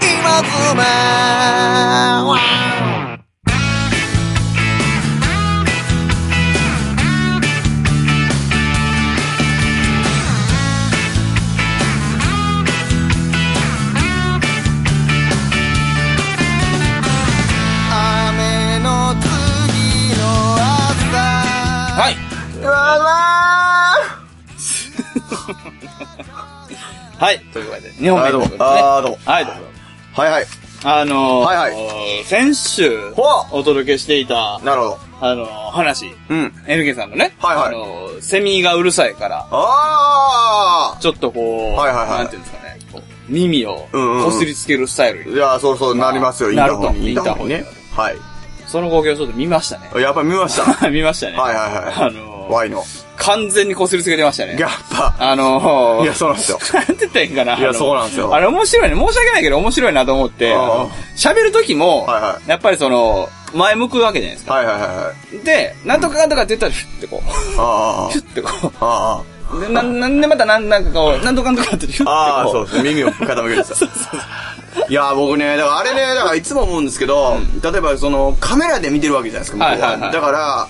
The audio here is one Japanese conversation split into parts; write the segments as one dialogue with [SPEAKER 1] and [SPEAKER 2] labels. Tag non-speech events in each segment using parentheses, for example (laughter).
[SPEAKER 1] 集め雨の次の朝
[SPEAKER 2] はい。
[SPEAKER 1] うわ
[SPEAKER 2] はい。ということで、日
[SPEAKER 1] ー
[SPEAKER 2] 本
[SPEAKER 1] あー
[SPEAKER 2] 目
[SPEAKER 1] ど
[SPEAKER 2] と
[SPEAKER 1] う
[SPEAKER 2] いう
[SPEAKER 1] も
[SPEAKER 2] ことで、ね。
[SPEAKER 1] あーどうも
[SPEAKER 2] はい、どうぞ。
[SPEAKER 1] はいはい
[SPEAKER 2] あのー、
[SPEAKER 1] はい
[SPEAKER 2] 先週、
[SPEAKER 1] ほう
[SPEAKER 2] お届けしていた、
[SPEAKER 1] なるほど
[SPEAKER 2] あのー、話、
[SPEAKER 1] うん
[SPEAKER 2] エルケさんのね、
[SPEAKER 1] はいはい
[SPEAKER 2] あのー、セミがうるさいから、
[SPEAKER 1] あ
[SPEAKER 2] ちょっとこう、
[SPEAKER 1] はいはいはい
[SPEAKER 2] なんていうんですかね、こう耳を
[SPEAKER 1] うんうんうん
[SPEAKER 2] こすりつけるスタイルに、
[SPEAKER 1] あいやそうそう
[SPEAKER 2] まあ
[SPEAKER 1] なりますよインタ
[SPEAKER 2] なる
[SPEAKER 1] ー
[SPEAKER 2] と
[SPEAKER 1] ホンに
[SPEAKER 2] インターホンに
[SPEAKER 1] ねはい
[SPEAKER 2] その光景をちょっと見ましたね。
[SPEAKER 1] やっぱり見ました
[SPEAKER 2] (laughs)
[SPEAKER 1] は
[SPEAKER 2] 見ましたね。
[SPEAKER 1] いはいはい
[SPEAKER 2] あのー
[SPEAKER 1] Y の
[SPEAKER 2] 完全にこすりつけてましたね。
[SPEAKER 1] やっぱ
[SPEAKER 2] あのー、
[SPEAKER 1] いやそうなんですよ
[SPEAKER 2] なんて言ったらいいんかな。
[SPEAKER 1] いや
[SPEAKER 2] あの
[SPEAKER 1] そうなんですよ
[SPEAKER 2] あれ面白いね。申し訳ないけど面白いなと思って、
[SPEAKER 1] あー
[SPEAKER 2] あの喋る時も、
[SPEAKER 1] はいは
[SPEAKER 2] やっぱりその、前向くわけじゃないですか。
[SPEAKER 1] はいはいはいはい
[SPEAKER 2] で、なんとかなんとかって言ったら、ヒュッてこう、
[SPEAKER 1] あ
[SPEAKER 2] ヒュッてこ
[SPEAKER 1] あああ
[SPEAKER 2] う、で、ななんでまたなんなんかこう、なんとかなんとかってヒュッてこう、
[SPEAKER 1] ああ、そうですね。耳を傾けるん
[SPEAKER 2] (laughs)
[SPEAKER 1] ですよ。いやー、僕ね、だからあれね、だからいつも思うんですけど、例えばそのカメラで見てるわけじゃないですか、向こう
[SPEAKER 2] はいはいはい
[SPEAKER 1] だから、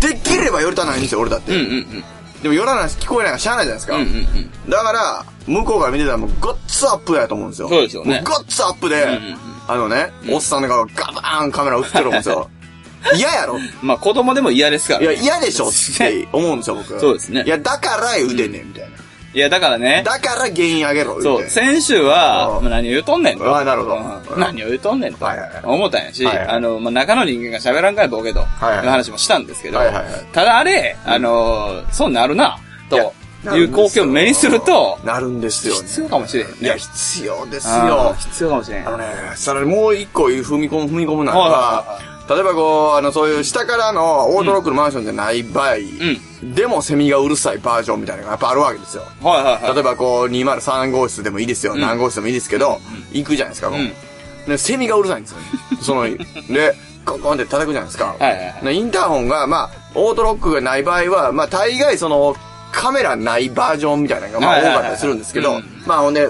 [SPEAKER 1] できれば寄りたないんですよ、俺だっ
[SPEAKER 2] うん
[SPEAKER 1] て。
[SPEAKER 2] うんうん。
[SPEAKER 1] でも寄らないし聞こえないからしゃあないじゃないですか。
[SPEAKER 2] うんうんうん。
[SPEAKER 1] だから、向こうから見てたらもうごっつアップやと思うんですよ。
[SPEAKER 2] そうですよね
[SPEAKER 1] もごっつアップで、
[SPEAKER 2] んうん
[SPEAKER 1] あのね、おっさんの顔がガバーンカメラ映ってると思うんですよ。嫌や
[SPEAKER 2] (laughs)
[SPEAKER 1] ろい
[SPEAKER 2] まあ子供でも嫌ですから、
[SPEAKER 1] や、
[SPEAKER 2] ね。
[SPEAKER 1] 嫌でしょって思うんですよ、僕。
[SPEAKER 2] そうですね
[SPEAKER 1] いや、だから言うてんねん、みたいな。
[SPEAKER 2] いやだからね、
[SPEAKER 1] だから原因あげろ、言
[SPEAKER 2] そうう、
[SPEAKER 1] て。
[SPEAKER 2] 先週は、
[SPEAKER 1] うん
[SPEAKER 2] まあ何を言うとんねんと。
[SPEAKER 1] ああなるほど
[SPEAKER 2] うん
[SPEAKER 1] うん
[SPEAKER 2] 何を言うとんねんと
[SPEAKER 1] はいはいはい。
[SPEAKER 2] 思ったんやし、
[SPEAKER 1] はいはい
[SPEAKER 2] あの、まあ中の人間が喋らんからボケと、いう
[SPEAKER 1] はいはい
[SPEAKER 2] 話もしたんですけど
[SPEAKER 1] はいはいはい、
[SPEAKER 2] ただあれ、あのー、そうなるな、と
[SPEAKER 1] いや
[SPEAKER 2] いう光景を目にすると、
[SPEAKER 1] なるんですよね。
[SPEAKER 2] 必要かもしれへんね。
[SPEAKER 1] いや、必要です
[SPEAKER 2] あ
[SPEAKER 1] よ
[SPEAKER 2] ー。必要かもしれへん
[SPEAKER 1] あ。のね、さらにもう一個踏み込む、踏み込むなら
[SPEAKER 2] は
[SPEAKER 1] ば、例えばこう、あの、そういう下からのオートロックのマンションじゃない場合、でもセミがうるさいバージョンみたいなのがやっぱあるわけですよ。
[SPEAKER 2] はいはいはい。
[SPEAKER 1] 例えばこう、203号室でもいいですよ、何号室でもいいですけど、行くじゃないですか、こう
[SPEAKER 2] うん
[SPEAKER 1] で、セミがうるさいん
[SPEAKER 2] (laughs)
[SPEAKER 1] ですよね。その、で、コンコンって叩くじゃないですか。
[SPEAKER 2] はいはいはい
[SPEAKER 1] でインターホンが、まあ、オートロックがない場合は、まあ、大概その、カメラないバージョンみたいなのが、まあ、
[SPEAKER 2] は
[SPEAKER 1] 多
[SPEAKER 2] いはいはい
[SPEAKER 1] かったりするんですけ
[SPEAKER 2] う
[SPEAKER 1] ど
[SPEAKER 2] ん、
[SPEAKER 1] まあ、ほんで、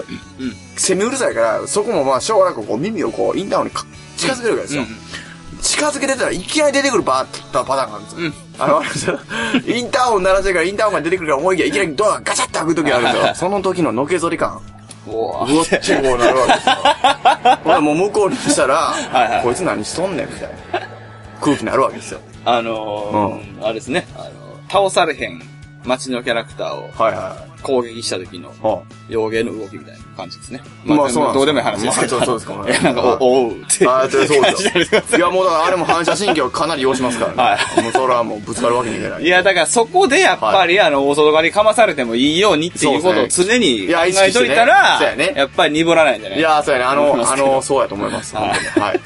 [SPEAKER 1] セミうるさいから、そこもまあ、しょうがなくこう、耳をこう、インターホンにか近づけるわけですよ
[SPEAKER 2] うんうん。
[SPEAKER 1] 近づけてたらいきなり出てくるバーッとパターンがあるんですよ。あの、あれですよインターホン鳴らしてるからインターホンが出てくるから思いきやいきなりドアがガチャッと開く時あるんですよ。その時ののけぞり感。
[SPEAKER 2] おー (laughs)
[SPEAKER 1] うわっちゅうこうなるわけですよ。ほらもう向こうにしたら、
[SPEAKER 2] いはい
[SPEAKER 1] こいつ何しとんねんみたいな空気になるわけですよ。
[SPEAKER 2] あのーあれですね、あの倒されへん街のキャラクターを
[SPEAKER 1] はいは
[SPEAKER 2] 攻撃した時の
[SPEAKER 1] い。は
[SPEAKER 2] 幼芸の動きみたいな感じですね。
[SPEAKER 1] まあそうなんです
[SPEAKER 2] どうでもいい話ですけど。
[SPEAKER 1] まあそうそうですか
[SPEAKER 2] (laughs) いや、なんか、お、おうって。
[SPEAKER 1] ああ、そう
[SPEAKER 2] (laughs)
[SPEAKER 1] そう
[SPEAKER 2] 感じになりま
[SPEAKER 1] ですすよ。いや、もうだからあれも反射神経をかなり要しますからね。
[SPEAKER 2] は
[SPEAKER 1] もうそれはもうぶつかるわけにいけない。
[SPEAKER 2] いや、だからそこでやっぱり、あの、大外刈りかまされてもいいようにっていうことを常に
[SPEAKER 1] い
[SPEAKER 2] 考
[SPEAKER 1] や意識
[SPEAKER 2] え
[SPEAKER 1] して
[SPEAKER 2] とい
[SPEAKER 1] ね
[SPEAKER 2] たら、
[SPEAKER 1] そうやね
[SPEAKER 2] やっぱり鈍らないんじゃない
[SPEAKER 1] いやー、そうやね。あ
[SPEAKER 2] (laughs)
[SPEAKER 1] の、あの、そうやと思います。
[SPEAKER 2] はい
[SPEAKER 1] はい。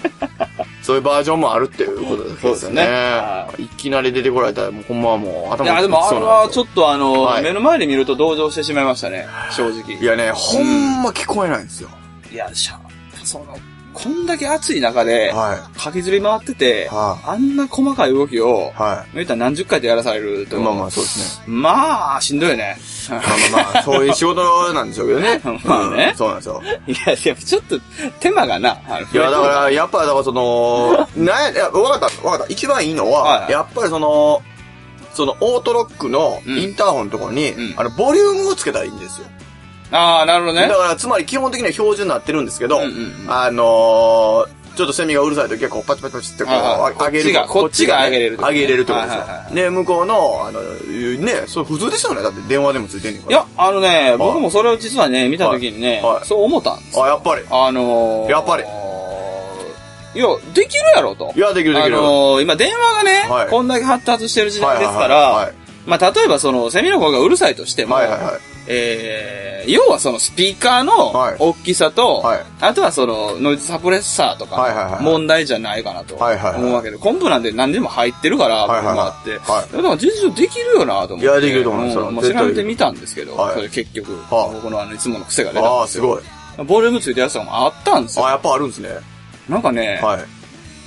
[SPEAKER 1] そういうバージョンもあるっていうことですね。。
[SPEAKER 2] そうですねはい
[SPEAKER 1] きなり出てこられたら、もうほんまはもう頭
[SPEAKER 2] いや、でもあれはち
[SPEAKER 1] ょっ
[SPEAKER 2] ょっとあの、
[SPEAKER 1] はい
[SPEAKER 2] 目の前で見ると同情してしまいましたね、正直。
[SPEAKER 1] いやね、ほんま聞こえないんですよ。
[SPEAKER 2] いや、しゃ、その、こんだけ暑い中で、
[SPEAKER 1] は
[SPEAKER 2] 駆けずり回ってて、
[SPEAKER 1] は
[SPEAKER 2] あんな細かい動きを、
[SPEAKER 1] は
[SPEAKER 2] 言うたら何十回でやらされる
[SPEAKER 1] い。
[SPEAKER 2] と。
[SPEAKER 1] まあまあ、そうですね。
[SPEAKER 2] まあ、しんどい
[SPEAKER 1] (laughs)
[SPEAKER 2] よね。。
[SPEAKER 1] まあまあまあ、そういう仕事なんでしょうけどね
[SPEAKER 2] (laughs) まあね
[SPEAKER 1] うんそうなんですよ。
[SPEAKER 2] いや、いや、ちょっと、手間がな。
[SPEAKER 1] い
[SPEAKER 2] あの
[SPEAKER 1] や、だから、やっぱ、だからその、なんや、いや、わかった、わかった。一番いいの
[SPEAKER 2] はい
[SPEAKER 1] は
[SPEAKER 2] は、い
[SPEAKER 1] やっぱりその、その、オートロックの
[SPEAKER 2] うん
[SPEAKER 1] インターホンのところに
[SPEAKER 2] う、ん
[SPEAKER 1] あの、ボリュームをつけたらいいんですよ。
[SPEAKER 2] ああ、なるほどね。
[SPEAKER 1] だから、つまり基本的には標準になってるんですけど、
[SPEAKER 2] うんうんうん
[SPEAKER 1] あのー、ちょっとセミがうるさいと結構パチパチパチってこう、
[SPEAKER 2] はいはい
[SPEAKER 1] あ上げると
[SPEAKER 2] こっちがこっちが上げれると
[SPEAKER 1] 上げれるってことです
[SPEAKER 2] はいはいは
[SPEAKER 1] よ。で、向こうの、あの、ね、それ普通ですよね。だって電話でもついてんねんか
[SPEAKER 2] い
[SPEAKER 1] ら。
[SPEAKER 2] や、あのね、僕もそれを実はね、見た時にね、
[SPEAKER 1] はいはい
[SPEAKER 2] そう思ったんですよ
[SPEAKER 1] あ、やっぱり。
[SPEAKER 2] あのー、
[SPEAKER 1] やっぱり
[SPEAKER 2] いや、できるやろと。
[SPEAKER 1] いや、できるでき
[SPEAKER 2] あ
[SPEAKER 1] る。
[SPEAKER 2] のー、今電話がね、
[SPEAKER 1] はい
[SPEAKER 2] こんだけ発達してる時代ですか
[SPEAKER 1] はいはいは
[SPEAKER 2] ら
[SPEAKER 1] い、
[SPEAKER 2] まあ、例えばその、セミの声がうるさいとしても、
[SPEAKER 1] はいはいはい
[SPEAKER 2] えー、要はそのスピーカーの
[SPEAKER 1] はい
[SPEAKER 2] 大きさと、
[SPEAKER 1] はい
[SPEAKER 2] あとはそのノイズサプレッサーと
[SPEAKER 1] はいはいは
[SPEAKER 2] か
[SPEAKER 1] い
[SPEAKER 2] 問題じゃないかなと思う
[SPEAKER 1] はい
[SPEAKER 2] わ
[SPEAKER 1] はいはい
[SPEAKER 2] けで、コンプなんで何でも入ってるから、
[SPEAKER 1] はいはいはい
[SPEAKER 2] 僕もあって、
[SPEAKER 1] はい
[SPEAKER 2] だから実情できるよなと思って。
[SPEAKER 1] いやできると思います
[SPEAKER 2] うんまあ、
[SPEAKER 1] 絶
[SPEAKER 2] 調
[SPEAKER 1] 対
[SPEAKER 2] べてみたんですけど、
[SPEAKER 1] はい
[SPEAKER 2] それ結局、
[SPEAKER 1] はあ
[SPEAKER 2] 僕のあのいつもの癖が出
[SPEAKER 1] あ
[SPEAKER 2] たん
[SPEAKER 1] あ、
[SPEAKER 2] ですすよ。
[SPEAKER 1] ごい。
[SPEAKER 2] ボリュームついてるやつとかもあったんです
[SPEAKER 1] あ
[SPEAKER 2] よ。
[SPEAKER 1] やっぱあるんですね。
[SPEAKER 2] なんかね、
[SPEAKER 1] はい。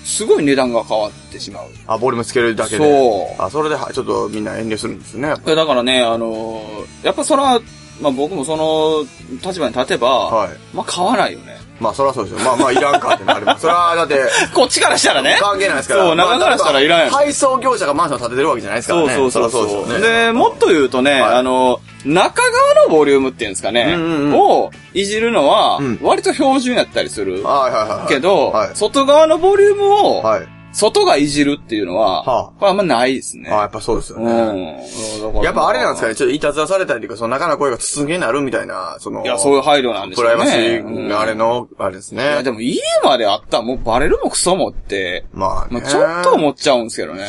[SPEAKER 2] すごい値段が変わってしまう。
[SPEAKER 1] あ、ボリュームつけるだけで。
[SPEAKER 2] そう
[SPEAKER 1] あ、それで、はいちょっとみんな遠慮するんですね。やっぱ
[SPEAKER 2] いやだからね、あのーやっぱそれは、まあ僕もその立場に立てば、
[SPEAKER 1] はい
[SPEAKER 2] まあ買わないよね。
[SPEAKER 1] まあそりゃそうですよ。まあまあいらんかってなります。それはだって、
[SPEAKER 2] こっちからしたらね。
[SPEAKER 1] 関係ないですから。
[SPEAKER 2] そう、中からしたらいらんやん。
[SPEAKER 1] まあ配送業者がマンション建ててるわけじゃないですから
[SPEAKER 2] そう
[SPEAKER 1] ね。
[SPEAKER 2] そうそう
[SPEAKER 1] そりゃ
[SPEAKER 2] そう
[SPEAKER 1] ですよね。
[SPEAKER 2] で、もっと言うとね、
[SPEAKER 1] はい
[SPEAKER 2] あの、中側のボリュームっていうんですかね、
[SPEAKER 1] うんうんうん
[SPEAKER 2] をいじるのは
[SPEAKER 1] うん、
[SPEAKER 2] 割と標準やったりする。
[SPEAKER 1] はいはいはい。
[SPEAKER 2] けど、
[SPEAKER 1] はい。
[SPEAKER 2] 外側のボリュームを、
[SPEAKER 1] はい。
[SPEAKER 2] 外がいじるっていうのは、
[SPEAKER 1] はあ
[SPEAKER 2] これあんまないですね。
[SPEAKER 1] あやっぱそうですよ
[SPEAKER 2] うん
[SPEAKER 1] ね。
[SPEAKER 2] だから
[SPEAKER 1] やっぱあれなんですかね、ちょっといたずらされたりとか、その中の声が筒抜けになるみたいな、その、
[SPEAKER 2] いや、そういう配慮なんでし
[SPEAKER 1] プ
[SPEAKER 2] ょうね。
[SPEAKER 1] ライバシー
[SPEAKER 2] うん
[SPEAKER 1] があれの、あれです
[SPEAKER 2] いや、
[SPEAKER 1] ね。
[SPEAKER 2] でも家まであったらもうバレるもクソもって、
[SPEAKER 1] まあ
[SPEAKER 2] ま
[SPEAKER 1] ね。
[SPEAKER 2] あ、ちょっと思っちゃうんですけどね。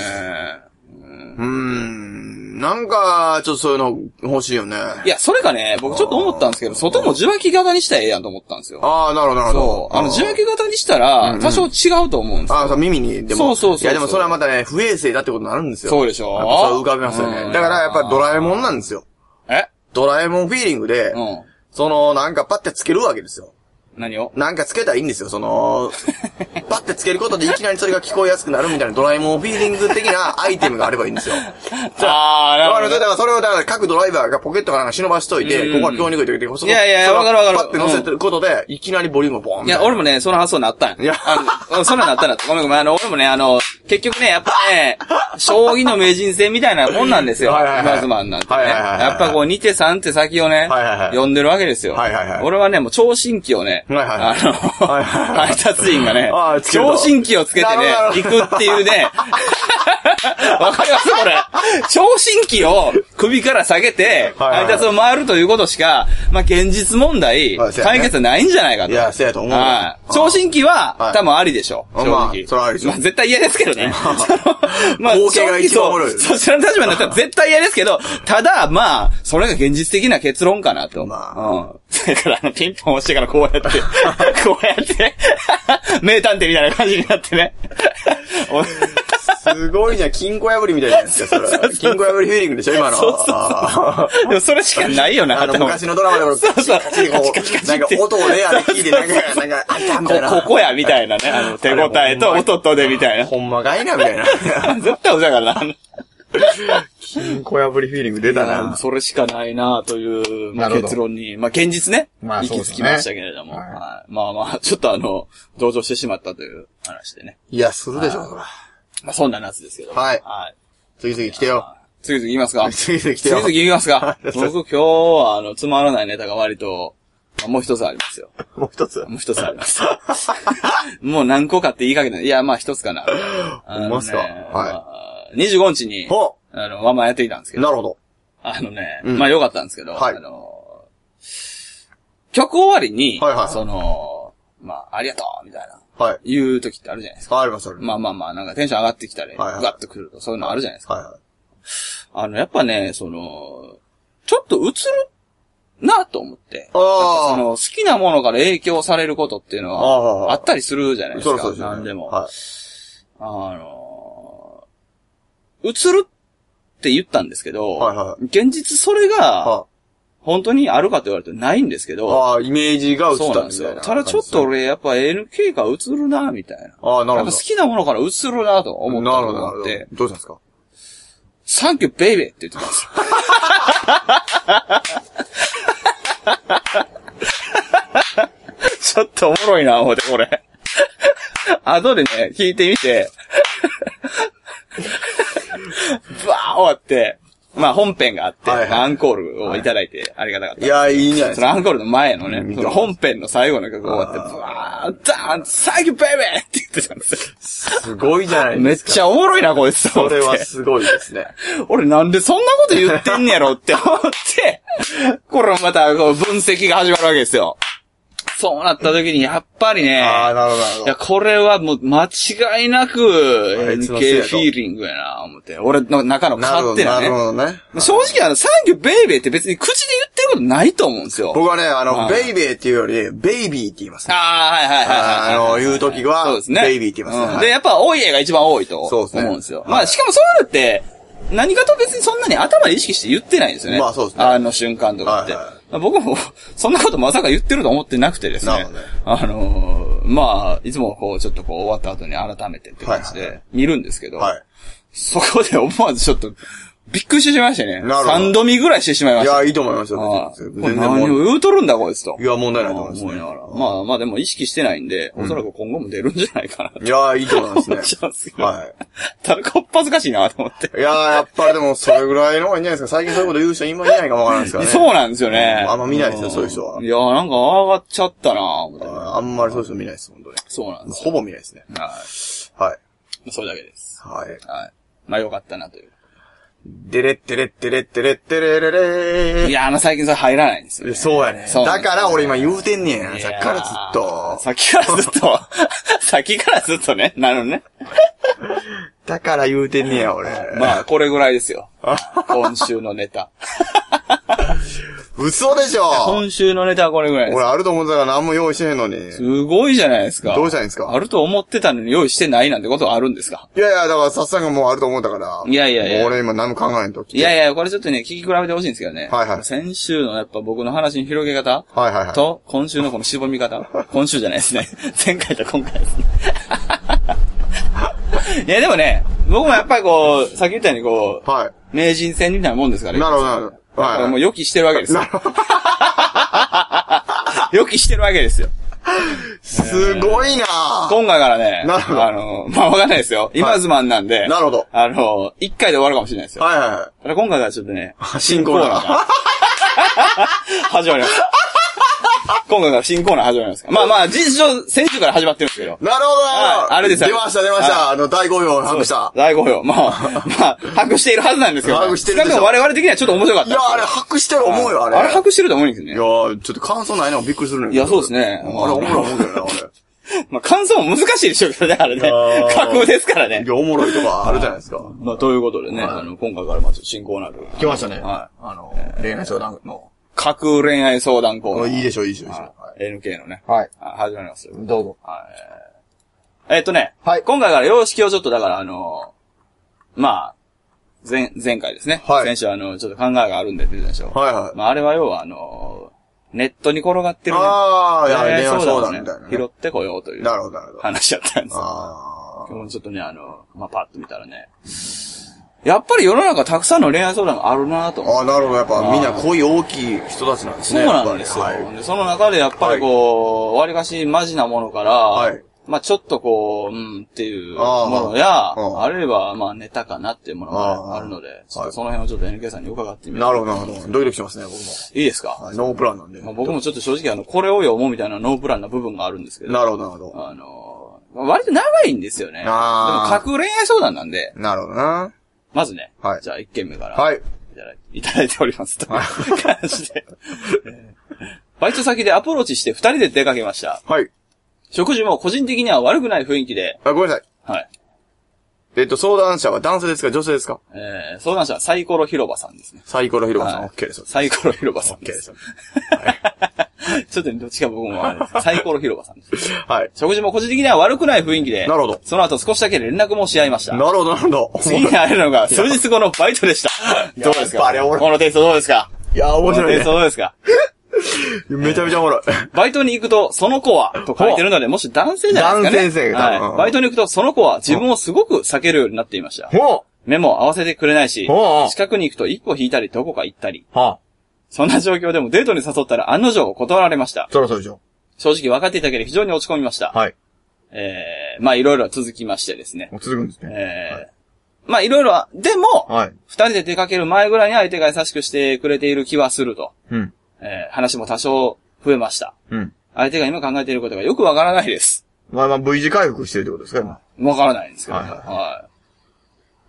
[SPEAKER 1] うーん。なんか、ちょっとそういうの欲しいよね。
[SPEAKER 2] いや、それがね、僕ちょっと思ったんですけど、外も受話器型にしたらええやんと思ったんですよ。
[SPEAKER 1] ああ、なるほど、なる
[SPEAKER 2] そ
[SPEAKER 1] ほ
[SPEAKER 2] う。
[SPEAKER 1] ど。
[SPEAKER 2] あの、受話器型にしたら、多少違うと思うんですよ。
[SPEAKER 1] ああ、そう、耳に、でも。
[SPEAKER 2] そうそうそうそう
[SPEAKER 1] いや、でもそれはまたね、不衛生だってことになるんですよ。
[SPEAKER 2] そうでしょ
[SPEAKER 1] やっぱそう浮かびますよね。
[SPEAKER 2] うん
[SPEAKER 1] だからやっぱドラえもんなんですよ。
[SPEAKER 2] え
[SPEAKER 1] ドラえもんフィーリングで、
[SPEAKER 2] うん。
[SPEAKER 1] その、なんかパッてつけるわけですよ。(laughs)
[SPEAKER 2] 何を
[SPEAKER 1] なんかつけたらいいんですよ、そ
[SPEAKER 2] (laughs)
[SPEAKER 1] の、パッてつけることでいきなりそれが聞こえやすくなるみたいなドラえもんフィーリング的なアイテムがあればいいんですよ。
[SPEAKER 2] (laughs) ああ、
[SPEAKER 1] だ
[SPEAKER 2] な
[SPEAKER 1] から、
[SPEAKER 2] る
[SPEAKER 1] だ
[SPEAKER 2] ほどね。
[SPEAKER 1] からそれをだから各ドライバーがポケットかなんか忍ばしといて、
[SPEAKER 2] うん
[SPEAKER 1] ここは強にくいという
[SPEAKER 2] いやいやわかるわかる
[SPEAKER 1] パッて乗せてることで、いきなりボリュームボーン
[SPEAKER 2] いや、俺
[SPEAKER 1] も。
[SPEAKER 2] もね、その発想になったんや。
[SPEAKER 1] いや
[SPEAKER 2] あのそんなんなったんだ。ごめんごめん。あの、俺もね、あの、結局ね、やっぱね、将棋の名人戦みたいなもんなんですよ。
[SPEAKER 1] はいはいはい
[SPEAKER 2] マズマンなんてね。
[SPEAKER 1] はいはいはいはい
[SPEAKER 2] やっぱこう、2手3手先をね、
[SPEAKER 1] はいはいはい
[SPEAKER 2] 呼んでるわけですよ。
[SPEAKER 1] はいはいはい
[SPEAKER 2] 俺はね、もう聴診器をね、
[SPEAKER 1] はいはいはい
[SPEAKER 2] あの、
[SPEAKER 1] はいはいはい
[SPEAKER 2] 配達員がね
[SPEAKER 1] あー、つけると
[SPEAKER 2] 聴診器をつけてね
[SPEAKER 1] なる、ほ
[SPEAKER 2] 行くってい
[SPEAKER 1] (laughs)
[SPEAKER 2] うね、わかりますこれ。聴診器を首から下げて、
[SPEAKER 1] はいはい
[SPEAKER 2] 配達を回るということしか、まあ、現実問題
[SPEAKER 1] はい、そうやね
[SPEAKER 2] 解決はないんじゃないかと。
[SPEAKER 1] いや、せやと思う。
[SPEAKER 2] はい。聴診器は、
[SPEAKER 1] はい
[SPEAKER 2] 多分ありでしょう。正直。
[SPEAKER 1] まあそれはありでしょう
[SPEAKER 2] まあ絶対嫌ですけど
[SPEAKER 1] (laughs)
[SPEAKER 2] ね。ま
[SPEAKER 1] 光景が一番おもろい
[SPEAKER 2] 正直そうそちらの立場になったら絶対嫌ですけど、ただ、まあ、それが現実的な結論かなと。
[SPEAKER 1] ま
[SPEAKER 2] うん。だから、あの、ピンポン押してからこう
[SPEAKER 1] (laughs)
[SPEAKER 2] やって、こうやって、 (laughs) 名探偵みたいな感じになって
[SPEAKER 1] (laughs)
[SPEAKER 2] ね。お
[SPEAKER 1] すごいじゃん、金庫破りみたいじゃないですか、それ。金庫破りフィーリングでしょ、今の。
[SPEAKER 2] (laughs) そうそうそう
[SPEAKER 1] あー
[SPEAKER 2] でもそれしかないよな、
[SPEAKER 1] あの、
[SPEAKER 2] 頭
[SPEAKER 1] 昔のドラマでも、
[SPEAKER 2] そうそう
[SPEAKER 1] カチカチこうなんか音をね、あれ聞いて、なんか、なんか、あいたみたいな。
[SPEAKER 2] こ、ここや、みたいなね。あの、手応えと、音とで、みた
[SPEAKER 1] (laughs)
[SPEAKER 2] いな。
[SPEAKER 1] ほんまかいな、みたい
[SPEAKER 2] (laughs)
[SPEAKER 1] な。
[SPEAKER 2] 絶対おじゃからなあの。
[SPEAKER 1] 金庫破りフィーリング出た
[SPEAKER 2] いや。それしかないなという、まあ、
[SPEAKER 3] なるほど
[SPEAKER 2] 結論に、まあ、現実ね。
[SPEAKER 3] まあ
[SPEAKER 2] 行
[SPEAKER 3] そう
[SPEAKER 2] き
[SPEAKER 3] です
[SPEAKER 2] 着
[SPEAKER 3] ね
[SPEAKER 2] きましたけれども。
[SPEAKER 3] はい
[SPEAKER 2] はいまあまあ、ちょっとあの、同情してしまったという話でね。
[SPEAKER 1] いや、するでしょ、そら。
[SPEAKER 2] まあ、そんな夏ですけど。
[SPEAKER 1] はい
[SPEAKER 2] はい。
[SPEAKER 1] 次々来てよ。
[SPEAKER 2] 次々言いますか
[SPEAKER 1] 次々来て
[SPEAKER 2] 次
[SPEAKER 1] よ。
[SPEAKER 2] 々言います
[SPEAKER 1] (laughs)
[SPEAKER 2] か
[SPEAKER 1] はい
[SPEAKER 2] 僕今日は、あの、つまらないネタが割と、まあもう一つありますよ。
[SPEAKER 1] もう一つ。
[SPEAKER 2] もう一つあ
[SPEAKER 1] (laughs)
[SPEAKER 2] ります。もう何個かって言いかけない。いや、まあ一つかな。あの
[SPEAKER 1] (laughs) ほんまっすかはい
[SPEAKER 2] い。25日に、
[SPEAKER 1] ほ
[SPEAKER 2] あの、ワンマンやってきたんですけど
[SPEAKER 1] う。なるほど。
[SPEAKER 2] あのね、
[SPEAKER 1] うん
[SPEAKER 2] まあ良かったんですけど、
[SPEAKER 1] はい
[SPEAKER 2] あの、曲終わりに、
[SPEAKER 1] はいはいはい
[SPEAKER 2] その、まあ、ありがとうみたいな、
[SPEAKER 1] はい。
[SPEAKER 2] 言う時ってあるじゃないですか。
[SPEAKER 1] ああります、あります。
[SPEAKER 2] まあまあまあ、なんかテンション上がってきたり、
[SPEAKER 1] はいはい
[SPEAKER 2] ガッとくると、そういうのあるじゃないですか。
[SPEAKER 1] はいはい。
[SPEAKER 2] あの、やっぱね、その、ちょっと映るなと思って。そ
[SPEAKER 1] あ
[SPEAKER 2] の好きなものから影響されることっていうの
[SPEAKER 1] あ
[SPEAKER 2] は、
[SPEAKER 1] あ
[SPEAKER 2] あったりするじゃない
[SPEAKER 1] あ。
[SPEAKER 2] で
[SPEAKER 1] そ
[SPEAKER 2] す
[SPEAKER 1] らそうで
[SPEAKER 2] か。
[SPEAKER 1] すよね
[SPEAKER 2] 何でも。
[SPEAKER 1] はい。
[SPEAKER 2] あのー、映るって言ったんですけど、
[SPEAKER 1] はいは
[SPEAKER 2] 現実それが、
[SPEAKER 1] あ
[SPEAKER 2] 本当にあるかと言われるとないんですけど、
[SPEAKER 1] あー、イメージが映っ
[SPEAKER 2] そうなん
[SPEAKER 1] た
[SPEAKER 2] で
[SPEAKER 1] み
[SPEAKER 2] す
[SPEAKER 1] たい
[SPEAKER 2] よ。
[SPEAKER 1] な。
[SPEAKER 2] ただちょっと。俺、やっぱ NK が映るな、みたいな。
[SPEAKER 1] ああ、なる
[SPEAKER 2] なん
[SPEAKER 1] ほど
[SPEAKER 2] か好。きなものから映るなと思っ
[SPEAKER 1] な
[SPEAKER 2] た
[SPEAKER 1] る
[SPEAKER 2] の
[SPEAKER 1] ほど、
[SPEAKER 2] が
[SPEAKER 1] な
[SPEAKER 2] あ
[SPEAKER 1] る
[SPEAKER 2] って、
[SPEAKER 1] ほど。どうしたんですか
[SPEAKER 2] サンキューベイベーって言ってたんですよ。
[SPEAKER 1] (laughs)
[SPEAKER 2] ちょっとおもろいな、思って、これ。後でね、聞いて
[SPEAKER 1] (laughs)
[SPEAKER 2] みて、バー終わって、まあ本編があって、
[SPEAKER 1] はいはい
[SPEAKER 2] まあアンコールをいただいてありがたかった
[SPEAKER 1] い。や、いいんじゃないです
[SPEAKER 2] そ
[SPEAKER 1] か。
[SPEAKER 2] のアンコールの前のね、
[SPEAKER 1] ん
[SPEAKER 2] その本編の最後の曲が終わって、ブワー、ダーン、サンキューベイベーって言ってたんですよ。
[SPEAKER 1] すごいじゃない
[SPEAKER 2] め
[SPEAKER 1] で
[SPEAKER 2] っ
[SPEAKER 1] すか。
[SPEAKER 2] ちゃおもろいな、こいつと思
[SPEAKER 1] そ
[SPEAKER 2] って。
[SPEAKER 1] れはすごいですね。
[SPEAKER 2] 俺なんでそんなこと言ってんねやろって思って、これまたこう分析が始まるわけですよ。そうなった時に、やっぱりね、
[SPEAKER 1] ああ、
[SPEAKER 2] い
[SPEAKER 1] なるほど、なるほ
[SPEAKER 2] や、これはもう間違いなく、
[SPEAKER 1] あいつのせい
[SPEAKER 2] NK
[SPEAKER 1] や
[SPEAKER 2] フ
[SPEAKER 1] と
[SPEAKER 2] ィーリングやな、思って。俺の中の
[SPEAKER 1] ど。なるほど、
[SPEAKER 2] 勝手な
[SPEAKER 1] なるほ
[SPEAKER 2] ね。
[SPEAKER 1] どね。
[SPEAKER 2] 正直あの、サンキューベイベーって別に口で言ってることないと思うんですよ。
[SPEAKER 1] 僕はね、あの、
[SPEAKER 2] はい
[SPEAKER 1] ベイベーっていうより、ベイビーって言いますね。
[SPEAKER 2] ああ、はいはいはいはいはい。
[SPEAKER 1] あの言う時は
[SPEAKER 2] そうですね。
[SPEAKER 1] ベイビーって言いますね
[SPEAKER 2] うん
[SPEAKER 1] はい
[SPEAKER 2] で、やっぱ、多い絵が一番多いと。
[SPEAKER 1] そうですね
[SPEAKER 2] 思うんですよ。
[SPEAKER 1] はい
[SPEAKER 2] まあ、しかもそういうのって、何かと別にそんなに頭で意識して言ってないんですよね。
[SPEAKER 1] まあそうですね
[SPEAKER 2] あの瞬間とかって。
[SPEAKER 1] はいは
[SPEAKER 2] 僕も、そんなことまさか言ってると思ってなくてですね。
[SPEAKER 1] なるほどね
[SPEAKER 2] あのーまあ、いつもこう、ちょっとこう、終わった後に改めてって感じ
[SPEAKER 1] はいは
[SPEAKER 2] で、見るんですけど、
[SPEAKER 1] はい。
[SPEAKER 2] そこで思わずちょっと、びっくりしてしまいましたね。
[SPEAKER 1] なるほど
[SPEAKER 2] 三度見ぐらいしてしまいま
[SPEAKER 1] い
[SPEAKER 2] した。
[SPEAKER 1] や、いいと思います
[SPEAKER 2] あ
[SPEAKER 1] よ
[SPEAKER 2] あ。
[SPEAKER 1] 全
[SPEAKER 2] これ
[SPEAKER 1] 然
[SPEAKER 2] 何
[SPEAKER 1] も
[SPEAKER 2] を
[SPEAKER 1] う
[SPEAKER 2] 言うとるんだ、こいつと。
[SPEAKER 1] いや、問題ないと思います
[SPEAKER 2] 思い
[SPEAKER 1] ね
[SPEAKER 2] ながら。まあまあでも意識してないんで、おそらく今後も出るんじゃないかなと。
[SPEAKER 1] いや、いいと思い
[SPEAKER 2] (laughs)
[SPEAKER 1] ますね
[SPEAKER 2] 思っちゃうんですけ。ど
[SPEAKER 1] は
[SPEAKER 2] ただこっぱずかしいなと思って。
[SPEAKER 1] い。いや、やっぱりでも、それぐらいの方がいいんじゃないですか。最近そういうこと言う人今いないかもわからないですからね。
[SPEAKER 2] そうなんですよね。
[SPEAKER 1] あんま見ないですよそういう人はい
[SPEAKER 2] やーなんか上がっちゃったなぁ、みたいな。
[SPEAKER 1] あんまりそういう人見ないです、本当に。
[SPEAKER 2] そうなんです
[SPEAKER 1] ほぼ見ないですね。
[SPEAKER 2] よ。は
[SPEAKER 1] はい。
[SPEAKER 2] い。それだけです。
[SPEAKER 1] はい。
[SPEAKER 2] はい。まあよかったなという。
[SPEAKER 1] でれってれってれってれってれれれ
[SPEAKER 2] いやー、あの最近それ入らないんですよ、ね。
[SPEAKER 1] そうやね。
[SPEAKER 2] そうなん
[SPEAKER 1] だ
[SPEAKER 2] です
[SPEAKER 1] から俺今言うてんねん。
[SPEAKER 2] い
[SPEAKER 1] さ
[SPEAKER 2] や
[SPEAKER 1] っき
[SPEAKER 2] ー
[SPEAKER 1] からずっと。
[SPEAKER 2] さっきからずっと。 (laughs) さっきからずっとね。なのね。
[SPEAKER 1] だから言うてんねや、俺。
[SPEAKER 2] まあ、これぐらいで
[SPEAKER 1] (laughs)
[SPEAKER 2] すよ。今週のネタ。
[SPEAKER 1] 嘘でしょ
[SPEAKER 2] 今週のネタはこれぐらいです
[SPEAKER 1] 俺。あると思ってたから何も用意してへんのに。い
[SPEAKER 2] すごいじゃないですか。
[SPEAKER 1] どうしたらいいんですか
[SPEAKER 2] あると思ってたのに用意してないなんてことはあるんですか
[SPEAKER 1] やいや、だからさっさんがもうあると思ったから。
[SPEAKER 2] いやいやいや
[SPEAKER 1] もう俺今何も考えんとき。
[SPEAKER 2] いやいや、これちょっとね、聞き比べてほしいんですけどね。
[SPEAKER 1] はいはい
[SPEAKER 2] 先週のやっぱ僕の話の広げ方
[SPEAKER 1] はいはいはい。
[SPEAKER 2] と、今週のこの絞み方。今週じゃないですね。 (laughs) 前回と今回ですね。 (laughs) いや、でもね、僕もやっぱりこう、さっき言ったようにこう、
[SPEAKER 1] は
[SPEAKER 2] 名人戦みたいなもんですから
[SPEAKER 1] い。なるほど、なるほど。
[SPEAKER 2] だからも
[SPEAKER 1] は
[SPEAKER 2] う
[SPEAKER 1] い。
[SPEAKER 2] 予期してるわけですよ。予期してるわけですよ。
[SPEAKER 1] すごいなぁ
[SPEAKER 2] 今回からね、
[SPEAKER 1] なるほど
[SPEAKER 2] あの、まあ、わかんないですよ。今ズマンなんで、
[SPEAKER 1] なるほど。
[SPEAKER 2] あの、一回で終わるかもしれないですよ。
[SPEAKER 1] はいはいは
[SPEAKER 2] ただ今回からちょっとね、
[SPEAKER 1] い。新コーナー。
[SPEAKER 2] 始まります。今回から新コーナー始まりますから。まあまあ、事実上、先週から始まってるんですけど。
[SPEAKER 1] なるほどなるほ
[SPEAKER 2] はい
[SPEAKER 1] ど。
[SPEAKER 2] あれですよ
[SPEAKER 1] 出ました、出まし
[SPEAKER 2] は
[SPEAKER 1] た。あの、第5秒を拍した。
[SPEAKER 2] 大好評。
[SPEAKER 1] (laughs)
[SPEAKER 2] まあ、まあ、把握しているはずなんですけど。
[SPEAKER 1] 把握してるでしょ
[SPEAKER 2] 少なくとも我々的にはちょっと面白かった
[SPEAKER 1] い
[SPEAKER 2] で
[SPEAKER 1] や
[SPEAKER 2] す、
[SPEAKER 1] あれ、拍してる思うよ、あれ。
[SPEAKER 2] あれ把握してると思うんです
[SPEAKER 1] い
[SPEAKER 2] ね
[SPEAKER 1] や。ー、ちょっと感想ないのもびっくりするねんけ
[SPEAKER 2] い
[SPEAKER 1] ど
[SPEAKER 2] や、そうですね。
[SPEAKER 1] あれ、おもろい思うけどな、俺。
[SPEAKER 2] (laughs) まあ、感想も難しいでしょうけどね、あれね
[SPEAKER 1] あ。ー
[SPEAKER 2] 架空ですから
[SPEAKER 1] い
[SPEAKER 2] ね。
[SPEAKER 1] や、おもろいとかあるじゃないですか。
[SPEAKER 2] まあ、ということでね、
[SPEAKER 1] はい
[SPEAKER 2] あの、今回からまず新コーナーで。
[SPEAKER 1] 来ましたね。
[SPEAKER 2] は
[SPEAKER 1] あの、恋愛相談の。
[SPEAKER 2] 架空恋愛相談コーナー。
[SPEAKER 1] いいでしょ、いいでしょ、いいでしょ。
[SPEAKER 2] はい NK のね。
[SPEAKER 1] はい。
[SPEAKER 2] あ始まりますよ。
[SPEAKER 1] どうぞ。
[SPEAKER 2] えっとね。
[SPEAKER 1] はい
[SPEAKER 2] 今回から様式をちょっとだから、あのーまあ、前、前回ですね。
[SPEAKER 1] はい
[SPEAKER 2] 先週あの、ちょっと考えがあるんで出てたでしょ。
[SPEAKER 1] はいはい。
[SPEAKER 2] まあ、あれは要はあのーネットに転がってる、
[SPEAKER 1] あー、
[SPEAKER 2] 恋愛
[SPEAKER 1] いや、恋愛相
[SPEAKER 2] 相談を
[SPEAKER 1] 談
[SPEAKER 2] ね
[SPEAKER 1] みたいなね。
[SPEAKER 2] 拾ってこようという
[SPEAKER 1] なるほど、なるほど。
[SPEAKER 2] 話だったんですよ。
[SPEAKER 1] あ
[SPEAKER 2] 今日ちょっとね、あの、まあ、パッと見たらね。やっぱり世の中たくさんの恋愛相談があるなと
[SPEAKER 1] ー
[SPEAKER 2] 思って。
[SPEAKER 1] あー、なるほど。やっぱみんな恋大きい人たちなんです
[SPEAKER 2] そ
[SPEAKER 1] ね。
[SPEAKER 2] うなんですよ。
[SPEAKER 1] やっぱりはい
[SPEAKER 2] でその中でやっぱりこう、わりかしマジなものから、
[SPEAKER 1] はい
[SPEAKER 2] まあちょっとこう、うんっていう
[SPEAKER 1] あー
[SPEAKER 2] ものや、
[SPEAKER 1] あー
[SPEAKER 2] あるいはまあネタかなっていうものが
[SPEAKER 1] あー
[SPEAKER 2] あるので、ちょっ
[SPEAKER 1] は
[SPEAKER 2] と
[SPEAKER 1] い
[SPEAKER 2] その辺をちょっと NK さんに伺ってみる。
[SPEAKER 1] なるほど、なるほど。ドキドキしますね、僕も。
[SPEAKER 2] いいですか、
[SPEAKER 1] はいノープランなんで。
[SPEAKER 2] ま
[SPEAKER 1] な
[SPEAKER 2] あ、僕もちょっと正直あの、これを読もうみたいなノープランな部分があるんですけど、
[SPEAKER 1] るほど、なるほど。
[SPEAKER 2] あのー、まあ割と長いんですよね。でも
[SPEAKER 1] あー
[SPEAKER 2] 架空恋愛相談なんで、
[SPEAKER 1] なるほどな。
[SPEAKER 2] まずね、
[SPEAKER 1] はい
[SPEAKER 2] じゃあ1件目から。
[SPEAKER 1] はい。
[SPEAKER 2] いただいいただいております。という感
[SPEAKER 1] (laughs)
[SPEAKER 2] じで。バイト先でアプローチして二人で出かけました。
[SPEAKER 1] はい。
[SPEAKER 2] 食事も個人的には悪くない雰囲気で、
[SPEAKER 1] あ、ごめんなさい。
[SPEAKER 2] はい。
[SPEAKER 1] えっと、相談者は男性ですか女性ですか
[SPEAKER 2] えー、相談者はサイコロ広場さんですね。
[SPEAKER 1] サイコロ広場さん、
[SPEAKER 2] はい
[SPEAKER 1] OK です。OK
[SPEAKER 2] サイコロ広場さんで。
[SPEAKER 1] ですす。
[SPEAKER 2] (laughs) ちょっとどっちか僕もあれです。サイコロ広場さんです。
[SPEAKER 1] はい。
[SPEAKER 2] 食事も個人的には悪くない雰囲気で、
[SPEAKER 1] なるほど
[SPEAKER 2] その後少しだけ連絡もし合いました
[SPEAKER 1] な。るほど、なるほど。
[SPEAKER 2] 次に会えるのが数日後のバイトで
[SPEAKER 1] (laughs)
[SPEAKER 2] した。どうです
[SPEAKER 1] やっぱ
[SPEAKER 2] か
[SPEAKER 1] り俺
[SPEAKER 2] このテイストどうですか
[SPEAKER 1] いや、
[SPEAKER 2] こ
[SPEAKER 1] 面
[SPEAKER 2] の
[SPEAKER 1] 白
[SPEAKER 2] テ
[SPEAKER 1] い
[SPEAKER 2] イス
[SPEAKER 1] ね
[SPEAKER 2] ト。どうですか
[SPEAKER 1] めちゃめちゃおもろい。
[SPEAKER 2] バイトに行くと、その子は、と書いてるので、もし男性じゃないですかね。
[SPEAKER 1] 男性が多分
[SPEAKER 2] は
[SPEAKER 1] う
[SPEAKER 2] い。
[SPEAKER 1] ん
[SPEAKER 2] バイトに行くと、その子は自分をすごく避けるようになっていました。
[SPEAKER 1] ほ
[SPEAKER 2] 目も合わせてくれないし
[SPEAKER 1] おうお、う
[SPEAKER 2] 近くに行くと一歩引いたり、どこか行ったり。
[SPEAKER 1] うは
[SPEAKER 2] そんな状況でもデートに誘ったら案の定断られました。
[SPEAKER 1] そろそろでしょ。
[SPEAKER 2] 正直分かっていたけど非常に落ち込みました。
[SPEAKER 1] はい。
[SPEAKER 2] えー、まあいろいろ続きましてですね。
[SPEAKER 1] もう続くんですね。
[SPEAKER 2] えー、まあいろいろは、でも、
[SPEAKER 1] はい。
[SPEAKER 2] 二人で出かける前ぐらいに相手が優しくしてくれている気はすると。
[SPEAKER 1] うん。
[SPEAKER 2] えー、話も多少増えました。
[SPEAKER 1] うん。
[SPEAKER 2] 相手が今考えていることがよくわからないです。
[SPEAKER 1] まあまあ V 字回復してるってことですか、今。
[SPEAKER 2] わからないんですけど、は
[SPEAKER 1] はいいはいは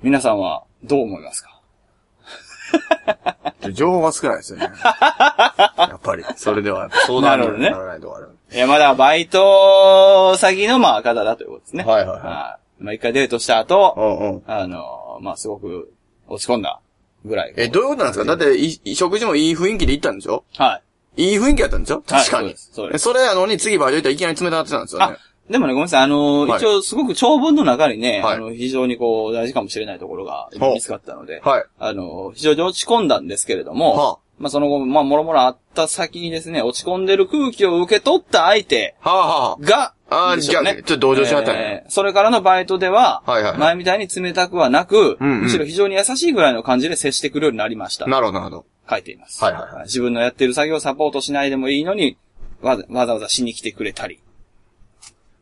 [SPEAKER 2] 皆さんはどう思いますか
[SPEAKER 1] 情報が少ないです (laughs) よね。やっぱり。それでは、やっぱ相談にならないとこある。
[SPEAKER 2] いや、まだバイト先の、まあ、方だということですね。
[SPEAKER 1] はいはいはい
[SPEAKER 2] まあ、一回デートした後、
[SPEAKER 1] うんうん。
[SPEAKER 2] あの、まあ、すごく落ち込んだぐらい。
[SPEAKER 1] え、どういうことなんですかだっていい、食事もいい雰囲気で行ったんでしょ
[SPEAKER 2] はい。
[SPEAKER 1] いい雰囲気だったんでしょ確か
[SPEAKER 2] そう
[SPEAKER 1] に
[SPEAKER 2] です。そう
[SPEAKER 1] え
[SPEAKER 2] です
[SPEAKER 1] それやのに次バイト行ったらいきなり冷たなってたんですよ
[SPEAKER 2] あ
[SPEAKER 1] ね。、
[SPEAKER 2] でもね、ごめんなさい。あの、
[SPEAKER 1] はい
[SPEAKER 2] 一応、すごく長文の中にね、
[SPEAKER 1] はい
[SPEAKER 2] あの、非常にこう、大事かもしれないところが
[SPEAKER 1] ほう
[SPEAKER 2] 見つかったので、
[SPEAKER 1] はい。
[SPEAKER 2] あの、非常に落ち込んだんですけれども、
[SPEAKER 1] は
[SPEAKER 2] まあ、その後、まあ、もろもろあった先にですね、落ち込んでる空気を受け取った相手
[SPEAKER 1] あ、はあはあ、
[SPEAKER 2] が、
[SPEAKER 1] ああ、
[SPEAKER 2] で
[SPEAKER 1] じ
[SPEAKER 2] しょ
[SPEAKER 1] ゃ
[SPEAKER 2] う
[SPEAKER 1] あ、
[SPEAKER 2] ね
[SPEAKER 1] ちょっと同情しちゃったんや。
[SPEAKER 2] えーそれからのバイトでは、
[SPEAKER 1] はいはいはい
[SPEAKER 2] 前みたいに冷たくはなく、
[SPEAKER 1] うんうん
[SPEAKER 2] むしろ非常に優しいぐらいの感じで接してくるようになりました。
[SPEAKER 1] なるほど、なるほ
[SPEAKER 2] 書いています、
[SPEAKER 1] はいはいは
[SPEAKER 2] 自分のやってる作業をサポートしないでもいいのに、わざわざわざしに来てくれたり。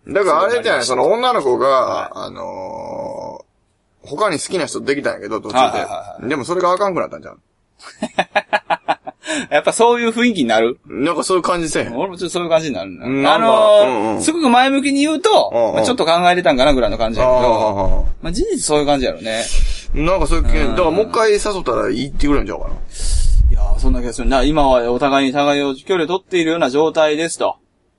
[SPEAKER 1] ど。だからあれじゃない、そ
[SPEAKER 2] そう
[SPEAKER 1] の女の子が、
[SPEAKER 2] は
[SPEAKER 1] あのー他に好きな人できたんやけど、途中で。
[SPEAKER 2] はいはいはい
[SPEAKER 1] でもそれがあかんくなったんじゃん。
[SPEAKER 2] やっぱそういう雰囲気になる
[SPEAKER 1] なんかそういう感じせえへん。
[SPEAKER 2] 俺もちょっとそういう感じになるな。
[SPEAKER 1] うんなんか
[SPEAKER 2] あのー
[SPEAKER 1] うんうん
[SPEAKER 2] すごく前向きに言うと、
[SPEAKER 1] うんうん
[SPEAKER 2] まあちょっと考えれたんかなぐらいの感じ
[SPEAKER 1] あ
[SPEAKER 2] やけど、
[SPEAKER 1] あ
[SPEAKER 2] まあ事実そういう感じやろね。
[SPEAKER 1] なんかそういう気、だからもう一回誘ったらいいってくれんちゃうかな。
[SPEAKER 2] いやー、そんな気がするな。今はお互いに互いを距離を取っているような状態ですと。